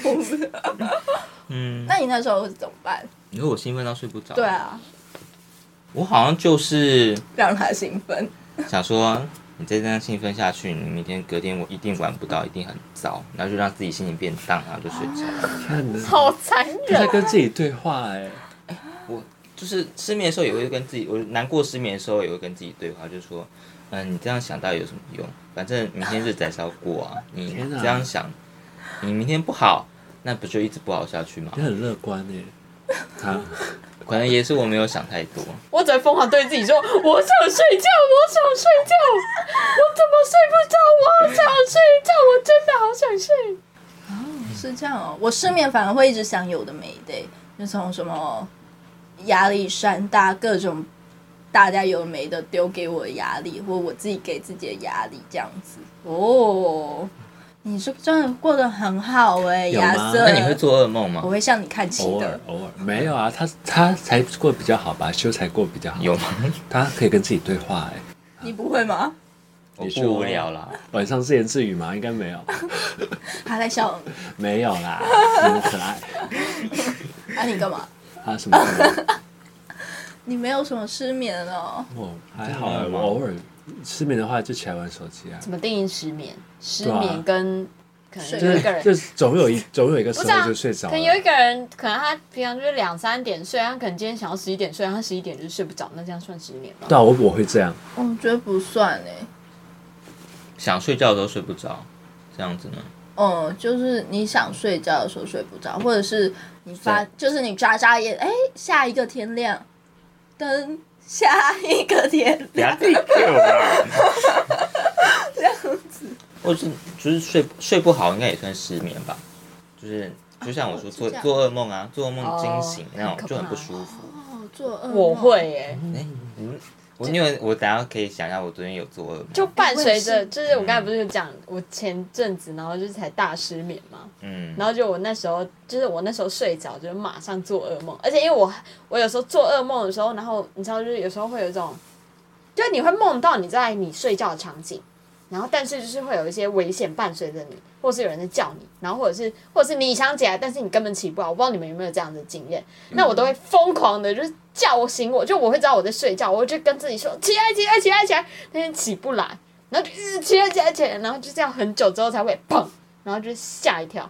B: 不是吗？嗯，
D: 那你那时候怎么办？
B: 你说我兴奋到睡不着，
D: 对，啊，
B: 我好像就是
D: 让他兴奋。
B: 想说，你再这样兴奋下去，你明天隔天我一定玩不到，一定很糟，然后就让自己心情变荡，然后就睡着了。
C: 天哪，
E: 好残
B: 啊
C: 你在
E: 忍。
C: 跟自己对话哎、
B: 我就是失眠的时候也会跟自己，我难过失眠的时候也会跟自己对话，就说，嗯，你这样想到底有什么用？反正明天日子还是要过啊。你
C: 天哪
B: 这样想，你明天不好，那不就一直不好下去吗
C: 你？很乐观哎、 啊，
B: 可能也是我没有想太多。
E: 我只会疯狂对自己说：“我想睡觉，我想睡觉，我怎么睡不着？我好想睡觉，我真的好想睡。
D: 是这样哦，我失眠反而会一直想有的没的欸，就从什么压力山大各种大家有的没的丢给我的压力，或我自己给自己的压力这样子。哦，你是真的过得很好哎、
C: 有吗
D: 亚瑟
B: 那，你会做噩梦吗
D: 我？会向你看齐
C: 偶尔
D: 的。
C: 偶尔没有啊，他他才过得比较好吧，修才过得比较好，
B: 有吗？
C: 他可以跟自己对话哎、
D: 你不会吗？
B: 我
C: 你
B: 不
C: 说
B: 无聊啦。
C: 晚上自言自语吗？应该没有，
D: 他在笑
C: 没有啦，那么可爱
D: 你，啊，你干嘛？
C: 啊什么的？
D: 你没有什么失眠哦，
C: 我还好哎、我偶尔失眠的话就起来玩手机啊”
E: 怎，么定义失眠？失
C: 对啊
E: 眠跟可能
D: 睡
C: 就
E: 有一
C: 是
E: 个人
C: 就是总有一总有一个时
E: 不是啊
C: 候就睡着
E: 可
C: 了
E: 能。有一个人，可能他平常就是两三点睡，他可能今天想要十一点睡，他十一点就睡不着，那这样算失眠吗？
C: 对啊，我我会这样，
D: 我哦觉得不算哎、
B: 想睡觉的时候睡不着，这样子呢？
D: 嗯，就是你想睡觉的时候睡不着，或者是你发，就是你眨眨眼，哎、下一个天亮，灯，下一个天
B: 不要自己 Q 啦。这样子，或是就是睡睡不好，应该也算失眠吧？就是就像我说做
D: 是这样
B: 做噩梦啊，做噩梦惊醒
E: 哦
B: 那种
E: 很可怕
B: 就很不舒服。
D: 哦，做噩梦
E: 我会耶、
B: 哎，嗯我因为我等下可以想一下，我昨天有做噩梦，
E: 就伴随着，就是我
C: 嗯
E: 刚才不是讲我前阵子，然后就是才大失眠嘛，
B: 嗯，
E: 然后就我那时候，就是我那时候睡着，就马上做噩梦，而且因为我我有时候做噩梦的时候，然后你知道，就是有时候会有一种，就是你会梦到你在你睡觉的场景，然后但是就是会有一些危险伴随着你，或是有人在叫你，然后或者是或者是你想起来，但是你根本起不来。我不知道你们有没有这样的经验，那我都会疯狂的就是叫醒我，就我会知道我在睡觉，我会就跟自己说起来起来起来起来，但是起不来，然后就一直起来起来起来，然后就这样很久之后才会砰，然后就吓一跳，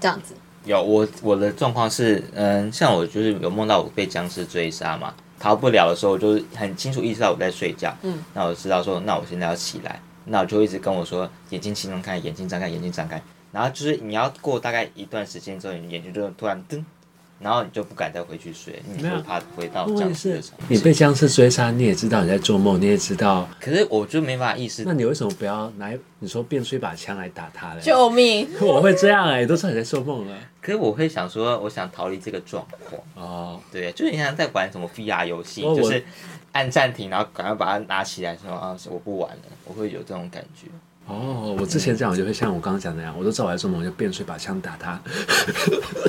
E: 这样子。
B: 有我我的状况是，嗯，像我就是有梦到我被僵尸追杀嘛，逃不了的时候，我就是很清楚意识到我在睡觉，
E: 嗯，
B: 那我知道说，那我现在要起来，那我就一直跟我说，眼睛轻松开，眼睛张开，眼睛张开，然后就是你要过大概一段时间之后，你眼睛就突然噔，然后你就不敢再回去睡，你
C: 没
B: 会
C: 有
B: 怕回到
C: 问
B: 僵
C: 题
B: 尸的
C: 是
B: 场
C: 你被
B: 景。
C: 僵尸追杀，你也知道你在做梦，你也知道，
B: 可是我就没办法意识
C: 那，你为什么不要拿一你说变出一把枪来打他嘞？
D: 救命！
C: 我会这样哎、都是你在做梦啊了
B: 可是我会想说，我想逃离这个状况，
C: 哦。
B: 对，就是你像在玩什么 VR 游戏，
C: 哦我
B: 就是按暂停，然后赶快把它拿起来说啊，我不玩了，我会有这种感觉。
C: 哦，我之前这样，我就会像我刚刚讲那样，我都知道我在做梦，我就变水把枪打他。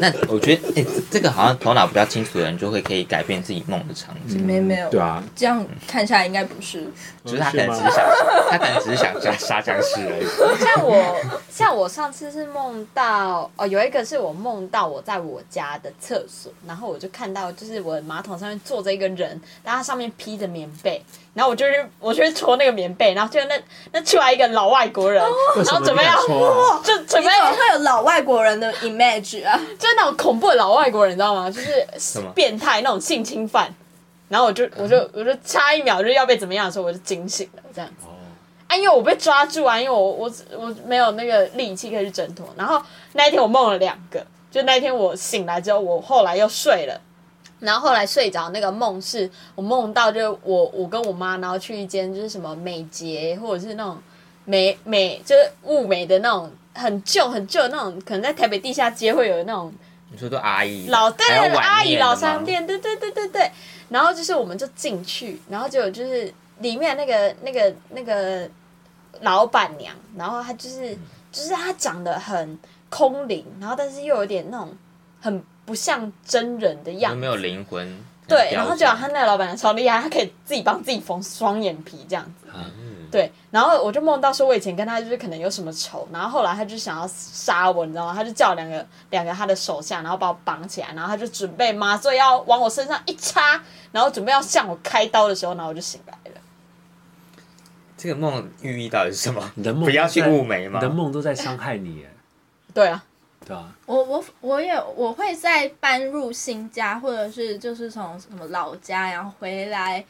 B: 那我觉得，哎、这这个好像头脑比较清楚的人就会可以改变自己梦的场景，
D: 没没有，
C: 对啊，
D: 这样看下来应该不是。
B: 就是他可能只
C: 哦是
B: 是
C: 吗
B: 想，他可能只是想杀杀僵尸而已。
E: 像我， 像我上次是梦到哦，有一个是我梦到我在我家的厕所，然后我就看到就是我的马桶上面坐着一个人，然后他上面披着棉被，然后我就是我就去戳那个棉被，然后就那那出来一个老外国人，
C: 为
E: 然
C: 什
E: 后
C: 么
E: 准备
C: 你
E: 要
C: 敢说啊？
E: 就准
D: 你
E: 备
D: 怎么会有老外国人的 image 啊？
E: 就是那种恐怖的老外国人，你知道吗？就是
B: 么
E: 变态那种性侵犯。然后我就我就我就差一秒就要被怎么样的时候，我就惊醒了，这样。
C: 哦，
E: 啊，因为我被抓住啊，因为我我我没有那个力气可以去挣脱。然后那一天我梦了两个，就那一天我醒来之后，我后来又睡了。然后后来睡着那个梦是，我梦到就是我我跟我妈，然后去一间就是什么美睫或者是那种美美就是物美的那种很旧很旧的那种，可能在台北地下街会有那种
B: 你说都阿姨，
E: 老对
B: 还有晚
E: 阿姨
B: 宴的
E: 老
B: 吗
E: 商，店，对对对对对。然后就是我们就进去，然后就就是里面那个那个那个老板娘，然后她就是
B: 嗯
E: 就是她长得很空灵，然后但是又有点那种很不像真人的样
B: 有
E: 子
B: 没。有灵魂？很
E: 对，
B: 标
E: 然后
B: 准
E: 就好像那个老板娘超厉害，她可以自己帮自己缝双眼皮这样子。
B: 嗯
E: 对，然后我就梦到说，我以前跟他就是可能有什么仇，然后后来他就想要杀我，你知道吗？他就叫两个两个他的手下，然后把我绑起来，然后他就准备麻醉要往我身上一插，然后准备要向我开刀的时候，然后我就醒来了。
B: 这个梦寓意到底是什么？
C: 你的梦
B: 不要去
C: 都在
B: 雾眉嘛
C: 你的梦都在伤害你耶，
E: 对啊，
C: 对啊，
D: 我我我也我会在搬入新家，或者是就是从什么老家，然后回来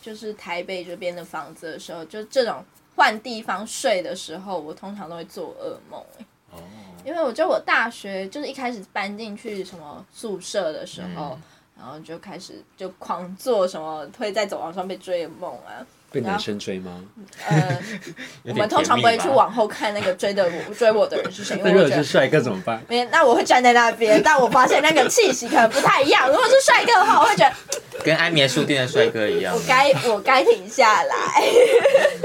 D: 就是台北这边的房子的时候，就这种换地方睡的时候，我通常都会做噩梦、欸
C: 哦，
D: 因为我觉得我大学就是一开始搬进去什么宿舍的时候，然后就开始就狂做什么会在走廊上被追的梦啊，
C: 被男生追吗？
D: 呃，
B: 我
D: 我们通常不会去啊往后看那个追的我追我的人是谁，因
C: 那
B: 啊
D: 为
C: 如
D: 我
C: 果
D: 觉
C: 是
D: 得。
C: 帅哥怎么办？
D: 没，那我会站在那 边，但我发现那个气息可能不太一样。如果是帅哥的话，我会觉得
B: 跟安眠书店的帅哥一样
D: 我。该我该停下来。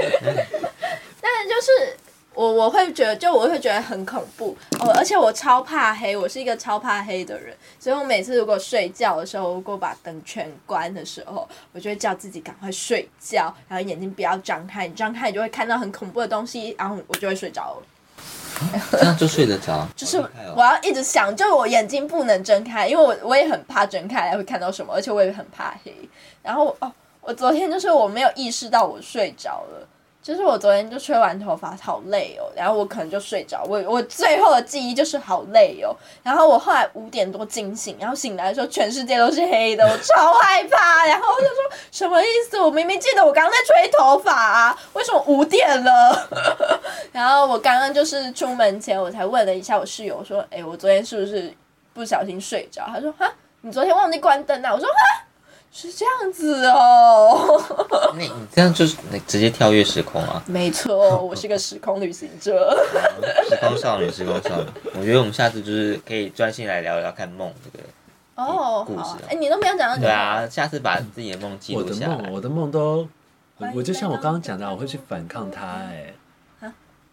D: 但就是我我会觉得，就我会觉得很恐怖哦，而且我超怕黑，我是一个超怕黑的人，所以我每次如果睡觉的时候，如果把灯全关的时候，我就会叫自己赶快睡觉，然后眼睛不要张开，你张开你就会看到很恐怖的东西，然后我就会睡着了。
B: 这啊样就睡得着，
D: 就是
B: 好厉害哦
D: 我要一直想，就是我眼睛不能睁开，因为我我也很怕睁开来会看到什么，而且我也很怕黑。然后哦，我昨天就是我没有意识到我睡着了，就是我昨天就吹完头发好累哦，然后我可能就睡着。我我最后的记忆就是好累哦。然后我后来五点多惊醒，然后醒来的时候全世界都是黑的，我超害怕。 然后我就说什么意思？我明明记得我刚刚在吹头发啊，为什么五点了？然后我刚刚就是出门前，我才问了一下我室友，我说：“哎、我昨天是不是不小心睡着？”他说：“哈，你昨天忘记关灯啊？”我说：“哈，是这样子哦。
B: 那哎你这样就是你直接跳跃时空啊”！
D: 没错， 我是个时空旅行者。
B: 时空少女，时空少女。我觉得我们下次就是可以专心来聊聊看梦这个。
D: 哦，
B: 故事啊
D: 好啊，哎、你都没有讲到你
B: 对啊，下次把自己的梦记
C: 我
B: 录
C: 的
B: 下
C: 梦，
B: 来。
C: 我的梦都，我
D: 欢迎
C: 我就像我刚刚讲
D: 来
C: 的，
D: 到
C: 我会去反抗他，哎，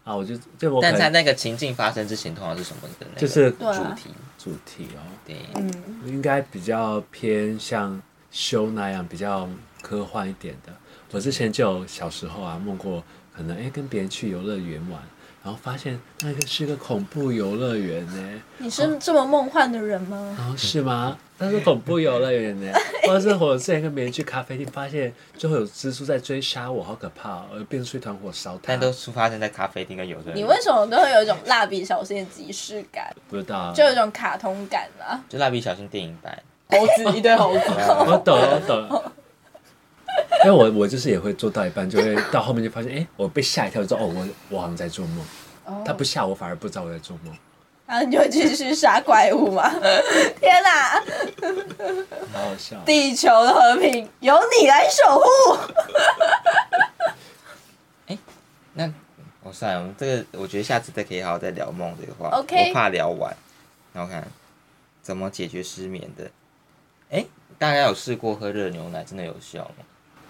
C: 啊，我就就我可
B: 嗯但在
C: 能
B: 那个情境发生之前，通常是什么的那个
C: 就是
D: 对
B: 主
D: 啊
B: 题？
C: 主题哦，
B: 对，
D: 嗯，
C: 应该比较偏向修那样比较科幻一点的。我之前就有小时候啊梦过，可能哎、诶跟别人去游乐园玩，然后发现那个是个恐怖游乐园呢，
D: 你是这么梦幻的人吗？
C: 然后哦是吗？那是恐怖游乐园 呢，或者是我之前跟别人去咖啡厅，发现就会有蜘蛛在追杀我，好可怕、哦，而变出一团火烧它。
B: 但都是发生在咖啡厅跟游乐园。
D: 你为什么都会有一种蜡笔小新的即视感，
C: 不知道啊，
D: 就有一种卡通感啊？
B: 就蜡笔小新电影版，
E: 猴子一堆猴子，
C: 我懂了，我懂了。因为我我就是也会做到一半，就会到后面就发现，哎、我被吓一跳，就知道哦，我我好像在做梦。
D: 哦
C: 他不吓我，反而不知道我在做梦。
D: 然后你就继续杀怪物吗？ 天哪、
C: 好好笑。
D: 地球的和平由你来守护。
B: 那我、哦算了，我们这个我觉得下次再可以好好再聊梦这个话
D: OK
B: 我怕聊完。那我看怎么解决失眠的。哎，大家有试过喝热牛奶，真的有效吗？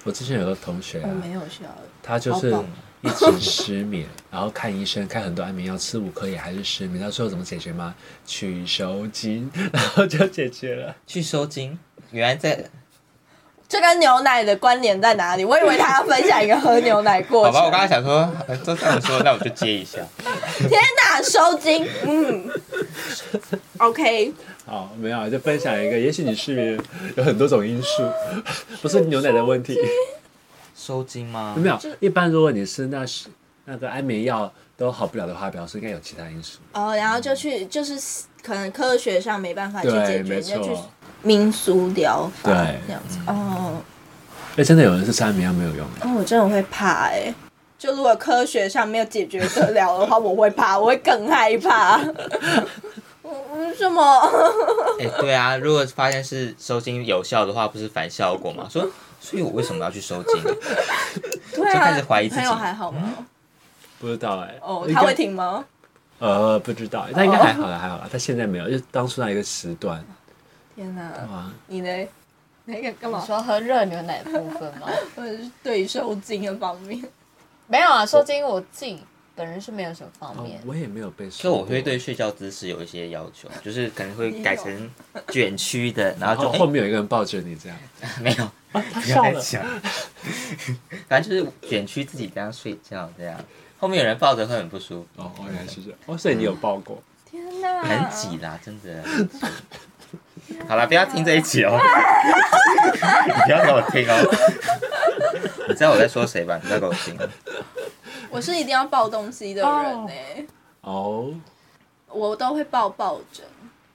C: 我之前有个同学啊，
D: 有笑，
C: 他就是
D: 好棒
C: 一直失眠， 然后看医生，看很多安眠药，吃五颗也还是失眠。到最后怎么解决吗？取收精， 然后就解决了。
B: 去收精，原来在
D: 这跟牛奶的关联在哪里？我以为他要分享一个喝牛奶过
B: 好
D: 程。
B: 吧，我刚刚想说，呃都这样说，那我就接一下。
D: 天哪，收精，嗯，OK，
C: 好，没有啊，就分 享一个，也许你失眠有很多种因素， 不是牛奶的问题。
B: 收精吗？
C: 没有，一般如果你是那是那个安眠药都好不了的话，表示应该有其他因素。
D: 哦，然后就去，就是可能科学上没办法啊去
C: 对，
D: 解决，
C: 没
D: 你就去
C: 错。
D: 民俗疗法
C: 对
D: 这样子。哦，
C: 哎，真的有人是吃安眠药没有用啊的。
D: 哦，我真的会怕哎、就如果科学上没有解决得了的话，我会怕，我会更害怕。嗯，什么？
B: 哎、对啊，如果发现是收精有效的话，不是反效果吗？说，所以我为什么要去收精？
D: 对
B: 就
D: 啊
B: 开始怀疑，自己
D: 朋友还好吗？
C: 不知道哎、
D: 哦，
C: 应该
D: 他会听吗？
C: 呃，不知道、欸，但应该还好啦，还好啦。他现在没有，就是当初那一个时段
D: 天哪，
C: 哇，
D: 你呢？那个干嘛？
E: 说 喝热牛奶的部分吗？
D: 或者是对于受精的方面，
E: 没有啊，受精我自己本人是没有什么方
C: 哦
E: 面，。
C: 我也没有被说
B: 所以
C: 过。
B: 我会对睡觉姿势有一些要求，就是可能会改成卷曲的，然后
C: 哦，
B: 就、
C: 后面有一个人抱着你这样，
B: 哎没有，
C: 他
B: 不要
C: 笑
B: 再
C: 了，
B: 讲， 反正就是卷曲自己这样睡觉这样。后面有人抱着会很不舒服，
C: 哦，哦，原来是这样，哦，所以你有抱过，
D: 天哪，
B: 很挤啦，真的。 好了，不要听这一集哦， 你不要给我听哦。 你知道我在说谁吧？你不要给我听。
D: 我是一定要抱东西的人呢、
C: 哦，
D: 我都会抱抱枕，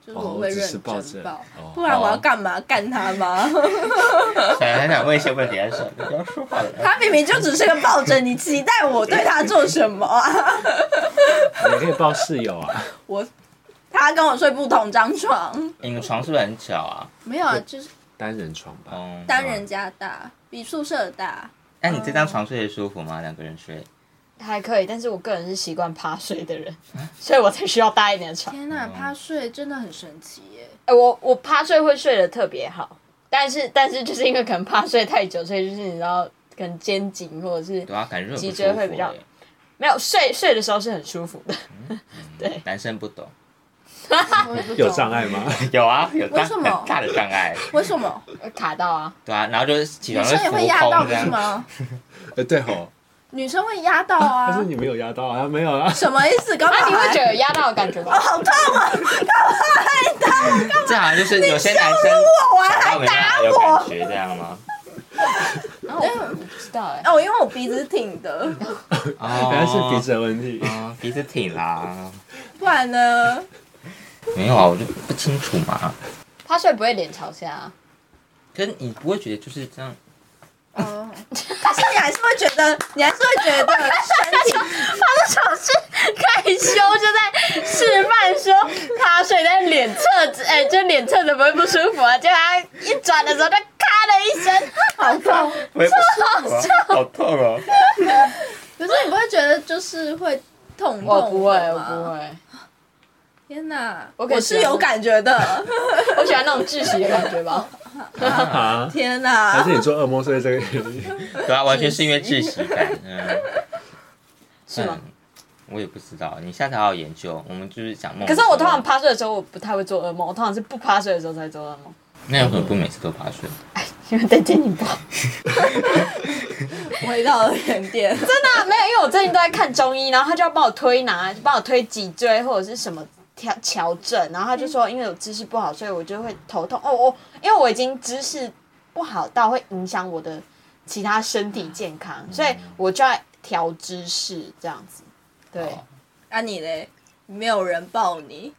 D: 就是
C: 哦
D: 我会
C: 只
D: 认
C: 是
D: 真
C: 抱枕
D: 抱
C: 哦
D: 不然我要干嘛？干他吗？
B: 本来还想问一些问题，还是说你不要说话了。
D: 他明明就只是个抱枕，你期待我对他做什么啊？
C: 你可以抱室友啊，
D: 我他跟我睡不同张床，
B: 你们床是不是很小啊？
D: 没有啊，就是
C: 单人床吧，
B: 嗯。
D: 单人家大，比宿舍大。
B: 那你这张床睡得舒服吗？两个人睡？
E: 还可以，但是我个人是习惯趴睡的 人，所以我才需要大一点的床。
D: 天
C: 哦
D: 哪，趴睡真的很神奇耶！
E: 哎、我我趴睡会睡得特别好，但是但是就是因为可能趴睡太久，所以就是你知道，可能肩颈或者是
B: 对啊，感觉很不
E: 脊
B: 舒服
E: 椎会比较
B: 欸
E: 没有睡睡的时候是很舒服的。对，
B: 男生不懂。
D: 我也不懂
C: 有障？碍 吗？
B: 有啊，有
D: 为
B: 大
D: 什
B: 很
D: 么
B: 大的障碍。
D: 为什 么？
E: 会卡到 啊，
B: 对啊，然后就是起
D: 女
B: 床就
D: 生也
B: 浮
D: 会压到
B: 空
D: 不
B: 这
D: 是
B: 样。
D: 吗？
C: 呃，对吼，
D: 女生会压到
C: 但
D: 啊
C: 是？你没有压到啊，没有啊，
D: 什么意思？刚
E: 那、
D: 刚
E: 你会觉得有压到的感觉吗？
D: 好痛啊！
B: 这好像就是有些男生
D: 哦我还
B: 打到没办法有感觉这样吗？
E: 然后我我不知道哎、
D: 哦，因为我鼻子挺的，
B: 哦
C: 原来是鼻子的问题，
B: 啊，鼻子挺啦。
D: 不然呢？
B: 没有啊，我就不清楚嘛。
E: 趴睡不会脸朝下、 啊，
B: 可是你不会觉得就是这样？
D: 哦，但是你还是会觉得，你还是会觉得身体
E: 他这种是害羞就在示范说趴睡，但是脸侧着哎、就脸侧着不会不舒服啊，就他一转的时候就咔的一声，
D: 好痛。
B: 我也不舒服啊，好痛哦。
D: 可是你不会觉得就是会痛痛？
E: 我不会，我不。会。
D: 天哪，
E: 我
D: 我
E: 可以
D: 是有感觉 的。
E: 我喜欢那种窒息的感觉吧。
C: 啊，
D: 天
C: 还
D: 哪
C: 是，你做噩梦睡这个原因？
B: 对啊，完全是因为窒息感。嗯，
E: 是吗
B: 嗯？我也不知道，你下次好好研究。我们就是讲梦。
E: 可是我通常趴睡的时候，我不太会做噩梦，我通常是不趴睡的时候才做噩梦，
B: 那有可能不每次都爬睡。
E: 因为在见你不好。
D: 回到了原点。
E: 真的啊、没有，因为我最近都在看中医，然后他就要帮我推拿，就帮我推脊椎或者是什么调调整，然后他就说，因为我姿势不好，所以我就会头痛。哦哦，因为我已经姿势不好到会影响我的其他身体健康，所以我就要调姿势这样子。对，
D: 那啊你嘞？没有人抱你，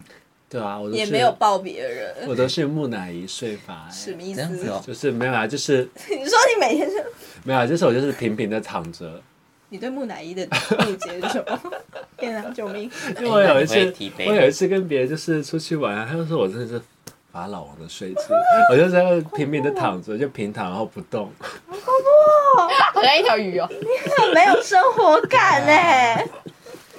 C: 对啊，我都是
D: 也没有，抱别人，
C: 我都是木乃伊睡法、
D: 什
C: 欸
D: 么，意
B: 这
D: 思？
B: 样子哦
D: 你
C: 就是没有啊，就是
D: 说 你每天是……
C: 没有啊，就是我就是平平的躺着，
D: 你对木乃伊的误解是什么？ 天哪，救命！
C: 因为我有一
B: 那你
C: 次
B: 会提，
C: 我
B: 杯吗
C: 有一次跟别人就是出去玩啊，他就说我真的是法老王的睡姿， 我就在那拼命的躺着，就平躺然后不动。
E: 好像一条鱼哦、
D: 没有生活 感哎、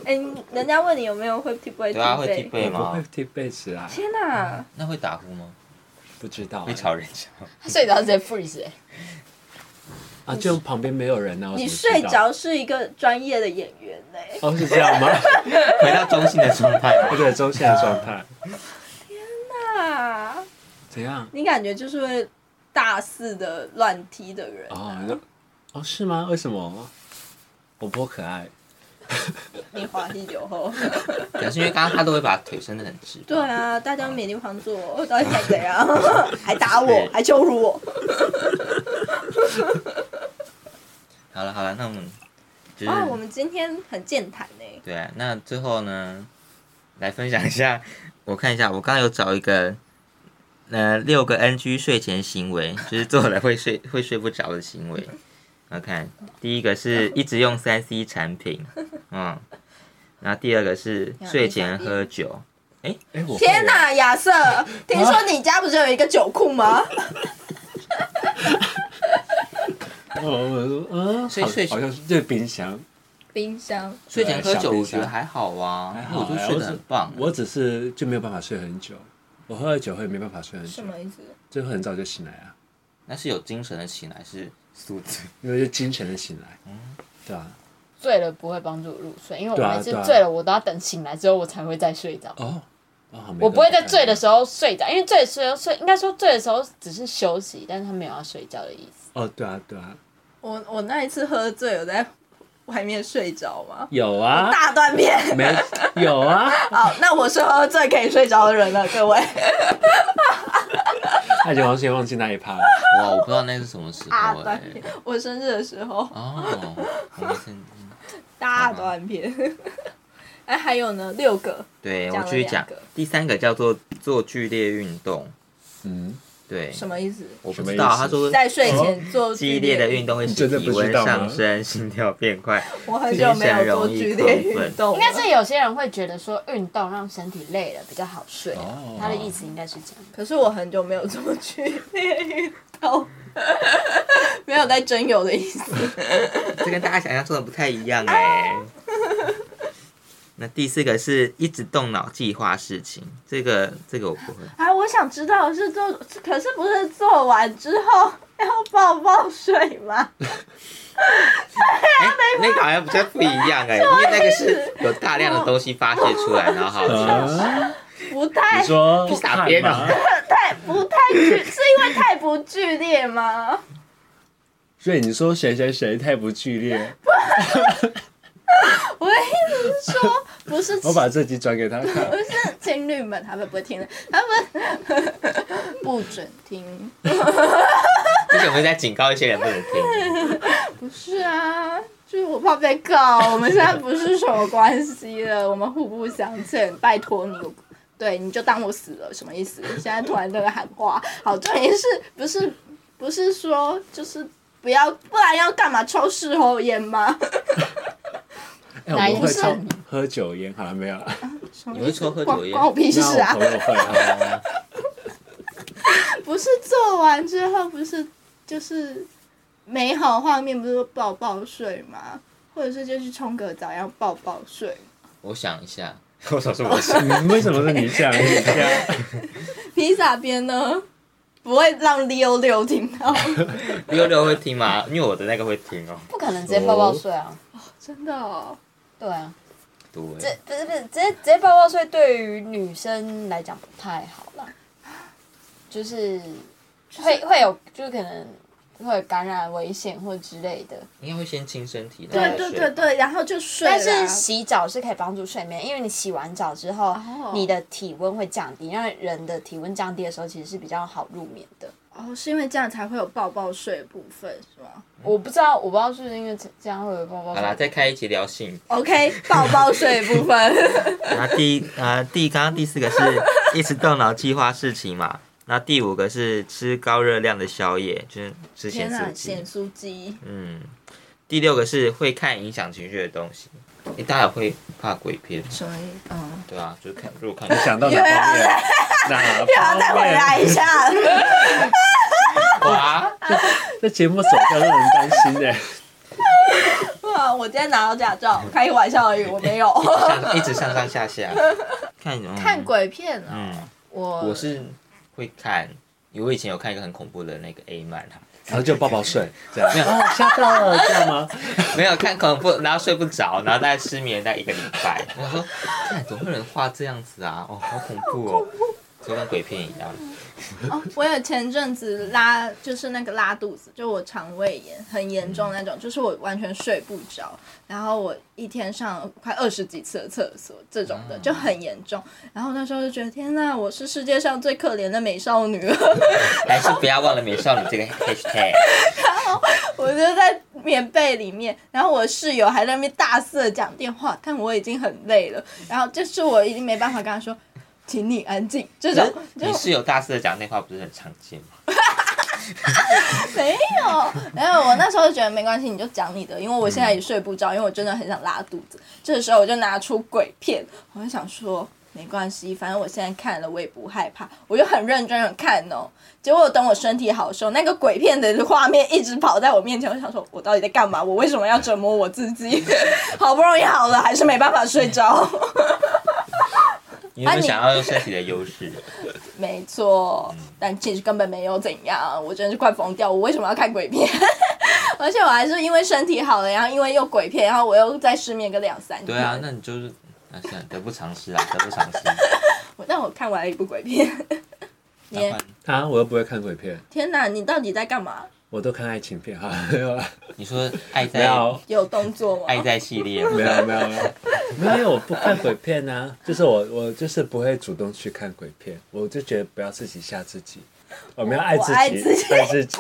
D: 哎、人家问你有没有会踢不会踢
B: 对啊，会踢
D: 背？
B: 背
C: 我不会
B: 吗？
C: 踢被子啊，
D: 天哪、
B: 那会打呼吗？
C: 不知道、啊
B: 会吵人家吗？
E: 欸他睡着直接 freeze 哎、
C: 啊，就旁边没有人呢、啊，我
D: 你
C: 怎么知道
D: 睡着是一个专业的演员哎嘞、
C: 哦，是这样吗？
B: 回到中性的状 态吧
C: 或。者中线的状态
D: 啊，
C: 怎样？
D: 你感觉就是会大肆的乱踢的人、啊
C: 哦，你说哦是吗？为什么？我不够可爱，
D: 你滑梯酒 后。
B: 可能是因为刚刚他都会把腿伸得很直。
D: 对，啊，大家没地方坐，到底想怎样？ 还打我，还羞辱我。
B: 好了好了，那我们就是、
D: 哇，啊我们今天很健谈哎呢、
B: 对啊，那最后呢，来分享一下，我看一下，我刚刚有找一个，呃，六个 NG 睡前行为，就是做了会睡会睡不着的行为。我看第一个是一直用三 C 产品，嗯，然后第二个是睡前喝酒，
C: 哎、我
D: 天
C: 哪！
D: 哪，亚瑟，
C: 啊
D: 听说你家不是有一个酒库吗？
C: 哦，我说嗯，
B: 所以
C: 好
B: 睡
C: 好像是这冰箱，
D: 冰箱。
B: 睡前喝酒
C: 对
B: 我觉得还好啊，
C: 还
B: 因为
C: 好
B: 我就
C: 哎
B: 睡得很棒。啊
C: 我只是就没有办法睡很久，我喝了酒会没办法睡很久
D: 什，么意思？
C: 就会很早就醒来啊，
B: 那是有精神的醒来是素质，
C: 因为就精神的醒来，对啊，
E: 醉了不会帮助我入睡，因为我
C: 对啊
E: 每次
C: 对啊
E: 醉了，我都要等醒来之后我才会再睡着。
C: 哦，哦，好没
E: 我不会在醉的
C: 时
E: 时候睡着，因为醉的时候睡，应该说醉的时候只是休息，但是他没有要睡觉的意思。
C: 候，哦，对啊，对啊，
D: 我我那一次喝醉，有在外面睡着吗？
C: 有啊，
D: 大断片。
C: 没有啊，
D: 好，那我是喝醉可以睡着的人了，各位。
C: 他已经忘记忘记那一趴了，
B: 哇，我不知道那是什么时
D: 大
B: 候
D: 断
B: 哎、
D: 片，我生日的时候
B: 哦，我们是
D: 大断片。 哎，还有呢，六个。
B: 对，
D: 讲
B: 我
D: 了
B: 继续
D: 两
B: 讲
D: 个。
B: 第三个叫做做剧烈运动，
C: 嗯，
B: 对，
D: 什么意思？
B: 我不
C: 什么
B: 知
C: 意
B: 道，
C: 思
B: 他说
D: 在睡前做
B: 哦激烈的运动会使
C: 真的
B: 体
C: 不
B: 温
C: 知道吗
B: 上升，心跳变快。
D: 我很久没有做剧烈
B: 精神容易亢
D: 运
B: 奋
D: 动了，
E: 应该是有些人会觉得说运动让身体累了比较好睡啊、
C: 哦
E: 他的意思应该是这样。
D: 可是我很久没有做剧烈运动， 没有在真有的意思。
B: 这跟大家想象中的不太 一样哎、那第四个是一直动脑计划事情，这个这个我不会。
D: 啊，我想知道是做，可是不是做完之后要抱抱睡吗？
B: 哎、那个好像比较不一样 哎、因为那个是有大量的东西发泄出来，然后好像
C: 啊，
D: 不太
C: 你说
B: 不傻
C: 看
B: 编
C: 嘛
B: 啊
D: 太不太剧，是因为太不剧烈吗？
C: 所以你说谁谁谁太不剧烈，
D: 我的意思是说，不是
C: 我把这集转给他看
D: 不。是情侣们，他们不会听的，他们不准听。
B: 这种会在警告一些人不能 听。
D: 不 是啊，就是我怕被告。我们现在不是什么关系了，我们互不相欠，拜托你。对，你就当我死了，什么意思？现在突然这个喊话，好，重点是不是不是说就是不要，不然要干嘛抽事后烟吗？
C: 哎，我们会
E: 哪一
C: 抽
E: 种
C: 喝酒烟，好了没有？啊
D: 什么
B: 你
D: 意思
B: 会抽喝
D: 关
B: 酒烟
D: 关？我屁事
C: 那
D: 啊
C: 我！朋友会啊，
D: 不是做完之后不是就是美好画面，不是说抱抱睡吗？或者是就去冲个澡，然后抱抱睡。
B: 我想一下，我想说我想。
C: 嗯 为什么是你这样？你这样，
D: 披萨边呢，不会让溜溜听到，
B: 六六会听吗？因为我的那个会听哦。
E: 不可能直接抱抱睡啊！
D: 真的、哦。
E: 对啊，
B: 对，
E: 这不是不是直接直接抱抱睡，对于女生来讲不太好啦，就是会会有就是可能会有感染危险或之类的。
B: 应该会先清身体。
E: 对
B: 然
D: 对
B: 后
D: 对
B: 睡
D: 对对，然后就睡了。
E: 但是洗澡是可以帮助睡眠，因为你洗完澡之后，
D: 哦
E: 你的体温会降低，让人的体温降低的时候，其实是比较好入眠的。
D: 哦，是因为这样才会有抱抱睡的部分是吗
E: 我不知道，我不知道是不是因为这这样会有包包。
B: 好啦，再开一集聊 性。
D: ？OK，抱抱睡的部 分。
B: 然后第一呃第刚刚第四个是一直动脑计划事情嘛，然后第五个是吃高热量的宵夜，就是吃
D: 天啊
B: 咸
D: 咸
B: 酥鸡。
D: 酥鸡，
B: 嗯，第六个是会看影响情绪的东西。诶大家有会怕鬼片吗？
D: 什么意思？嗯，
B: 对啊，就是看如果看，
C: 想到哪方面？哪
D: 不要再
C: 方
D: 回来
C: 面？
D: 一下。
B: 哇，
C: 这节目走向让人担心欸的。
D: 哇，我今天拿到驾照，开个玩笑而已，我没有
B: 一直上上下下，看嗯
D: 看鬼片啊。
B: 嗯，
D: 我
B: 我是会看，因为我以前有看一个很恐怖的那个 A 漫啊，
C: 然后就抱抱睡，这样没有啊吓到了，这样吗？
B: 没有看恐怖，然后睡不着，然后大概失眠大概一个礼拜。我说，哎，怎么会有人画这样子啊？哦，好恐怖哦，就跟鬼片一样。
D: 哦，我有前阵子拉，就是那个拉肚子，就我肠胃炎很严重那种，就是我完全睡不着，然后我一天上了快二十几次的厕所，这种的就很严重。然后那时候就觉得，天呐，我是世界上最可怜的美少女 了。
B: 还是不要忘了美少女这个 hashtag。
D: 我就在棉被里面，然后我室友还在那边大肆的讲电话，但我已经很累了，然后就是我已经没办法跟他说，请你安静这种，就
B: 你室友大四的讲那话不是很常见吗？
D: 没有，没有。我那时候就觉得没关系，你就讲你的，因为我现在也睡不着，因为我真的很想拉肚子。这时候我就拿出鬼片，我就想说没关系，反正我现在看了我也不害怕，我就很认真的看哦。结果等我身体好的时候，那个鬼片的画面一直跑在我面前，我想说我到底在干嘛？我为什么要折磨我自己？ 好不容易好了，还是没办法睡着。
B: 你有没有想要用身体的优势？
D: 没错，但其实根本没有怎样，我真的是快疯掉。我为什么要看鬼片？ 而且我还是因为身体好了，然后因为又鬼片，然后我又再失眠个两三天。
B: 对啊，那你就是那算了得不偿失啊，得不偿失。
D: 我那我看完了一部鬼片。 你
B: 那
D: 也
B: 换
C: 啊，我又不会看鬼片，
D: 天哪，你到底在干嘛？
C: 我都看爱情片哈，没有啦，
B: 你说爱
C: 没
B: 在
C: 有，
D: 有动作吗？
B: 爱在系列吗，
C: 没有，没有，没有，没有，因为我不看鬼片啊，就是我，我就是不会主动去看鬼片，我就觉得不要自己吓自己，我们要爱自
D: 我爱自
C: 己，
D: 己
C: 爱自己，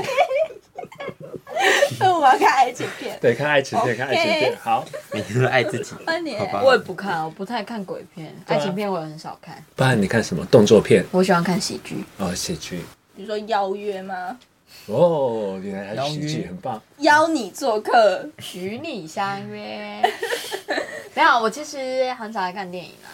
D: 我要看爱情片。
C: 对，看爱情片，看爱情
D: OK
C: 片，好，
B: 每天都爱自己。
D: 换你
B: 好吧，
E: 我也不看，我不太看鬼片，
C: 对啊
E: 爱情片我也很少看，
C: 不然你看什么动作片
E: 我喜欢看喜剧。
C: 哦，喜剧
D: 比如说邀约吗？
C: 哦，原来还是喜
B: 邀
C: 剧，
B: 约
C: 很棒，
D: 邀你做客，
E: 与你相约。没有，我其实很少来看电影啊。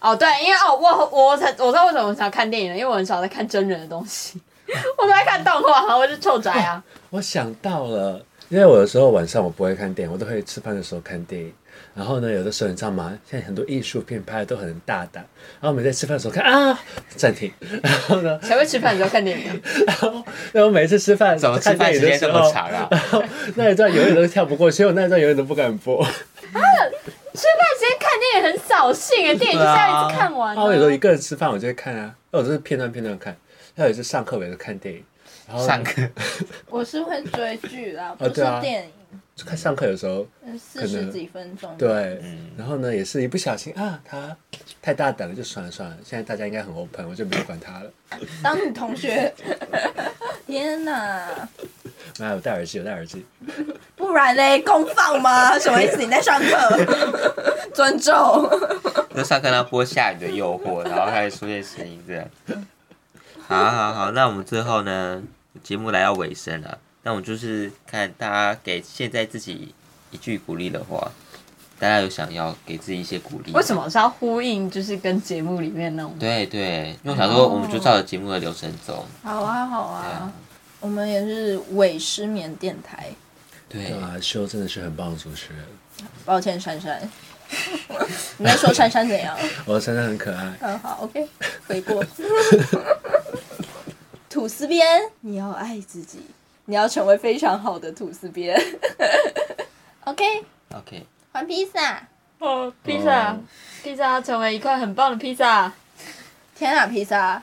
E: 哦，对，因为哦，我我才我知道为什么我很少看电影了，因为我很少在看真人的东西， 我都在看动画，然后我是臭宅啊。
C: 我想到了，因为我有时候晚上我不会看电影，我都会吃饭的时候看电影。然后呢，有的时候你知道吗？现在很多艺术片拍的都很大胆，然后我们在吃饭的时候看啊，暂停。然后呢，
E: 谁会吃饭的时候看电影啊？
C: 然后然后每次吃 饭
B: 怎么吃
C: 看
B: 饭
C: 电
B: 时
C: 影
B: 间
C: 的时
B: 这么
C: 候，
B: 长啊？
C: 那一段永远都跳不过去，我那一段永远都不敢播。
E: 吃饭时间看电影很扫兴啊，电影就是要一直看完、
C: 然哦后有时候一个人吃饭，我就会看啊，那我都是片段片段看。还有一次上课我也是看电影，然后
B: 上课
D: 我是会追剧啦，不
C: 哦
D: 是
C: 对啊
D: 电影，
C: 就看上课有时候
D: 四十几分钟。
C: 对，啊
B: 嗯
C: 然后呢，也是一不小心啊，他太大胆了，就算了算了。现在大家应该很 open，我就没有管他了。
D: 当你同学， 天哪！
C: 妈，哎我戴耳机，我戴耳机。
D: 不然嘞，公放 吗？什么意思？你在上课？尊重。
B: 就上课要播下雨的诱惑，然后开始出现声音这样。好好好，那我们最后呢，节目来到尾声了，那我们就是看大家给现在自己一句鼓励的话，大家有想要给自己一些鼓励？
E: 为什？么是要呼应？就是跟节目里面那种。
B: 对对，因为我想
C: 哦
B: 说，我们就照着节目的流程走。
D: 好啊，好
B: 对啊
D: 啊，，我们也是伪失眠电台。
B: 对
C: 对，啊，修真的是很棒的主持人，
D: 抱歉，珊珊， 你在说珊珊怎样？
C: 我珊哦珊很可爱。
D: 嗯，好，OK，回 过。吐司边，你要爱自己，你要成为非常好的吐司边。OK，
B: OK，
D: 还披萨。
E: 哦，披萨，披萨要成为一块很棒的披萨，
D: 天啊，披萨，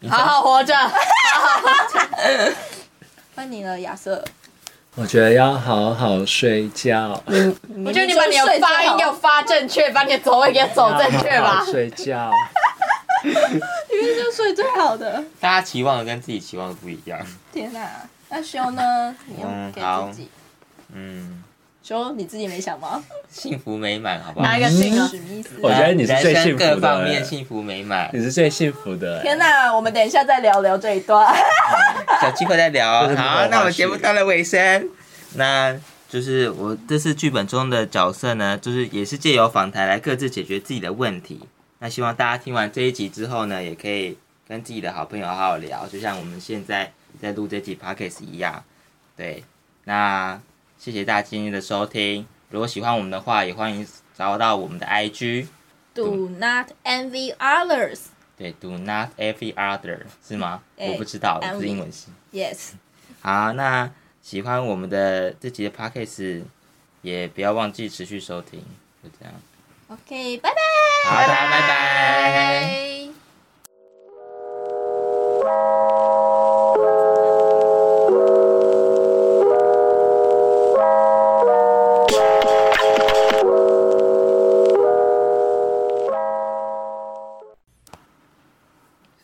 B: 你
E: 好
B: 想
E: 好活着。
D: 换你了，亚瑟。
C: 我觉得要好好睡觉，
E: 我觉得你把你的发音给我发正确，把你的走位给我走正确
C: 要好
E: 吧
C: 好。睡 觉。
D: 就睡最好的。
B: 大家期望的跟自己期望的不一样。
D: 天哪、那修呢？你要
B: 嗯
D: 给
B: 好
D: 自己
B: 嗯，
D: 修，你自己没想吗？
B: 幸福美满，好不好
E: 哪一？个信
C: 嗯
E: 啊？
D: 史密斯。
C: 我觉得你是最
B: 人生
C: 幸福的欸
B: 各方面幸福美满
C: 你。是最幸福的、哎
D: 天哪、我们等一下再聊聊这一段。
B: 小机会再聊哦。
C: 真的
B: 好，
C: 好
B: 那我
C: 花
B: 们节目
C: 絮
B: 到了尾声，那就是我这次剧本中的角色呢，就是也是借由访谈来各自解决自己的问题。那希望大家听完这一集之后呢，也可以跟自己的好朋友好好聊，就像我们现在在录这集 podcast 一样。对，那谢谢大家今天的收听。如果喜欢我们的话，也欢迎找到我们的 IG，
D: Do not envy others.
B: 对，do not every E other 是吗？
D: 哎
B: 我不知道，我不是
D: envy
B: 英文系。
D: Yes.
B: 好，那喜欢我们的这集的 podcast，也不要忘记持续收听，就这样。
D: OK，拜拜。
B: 好，大家拜拜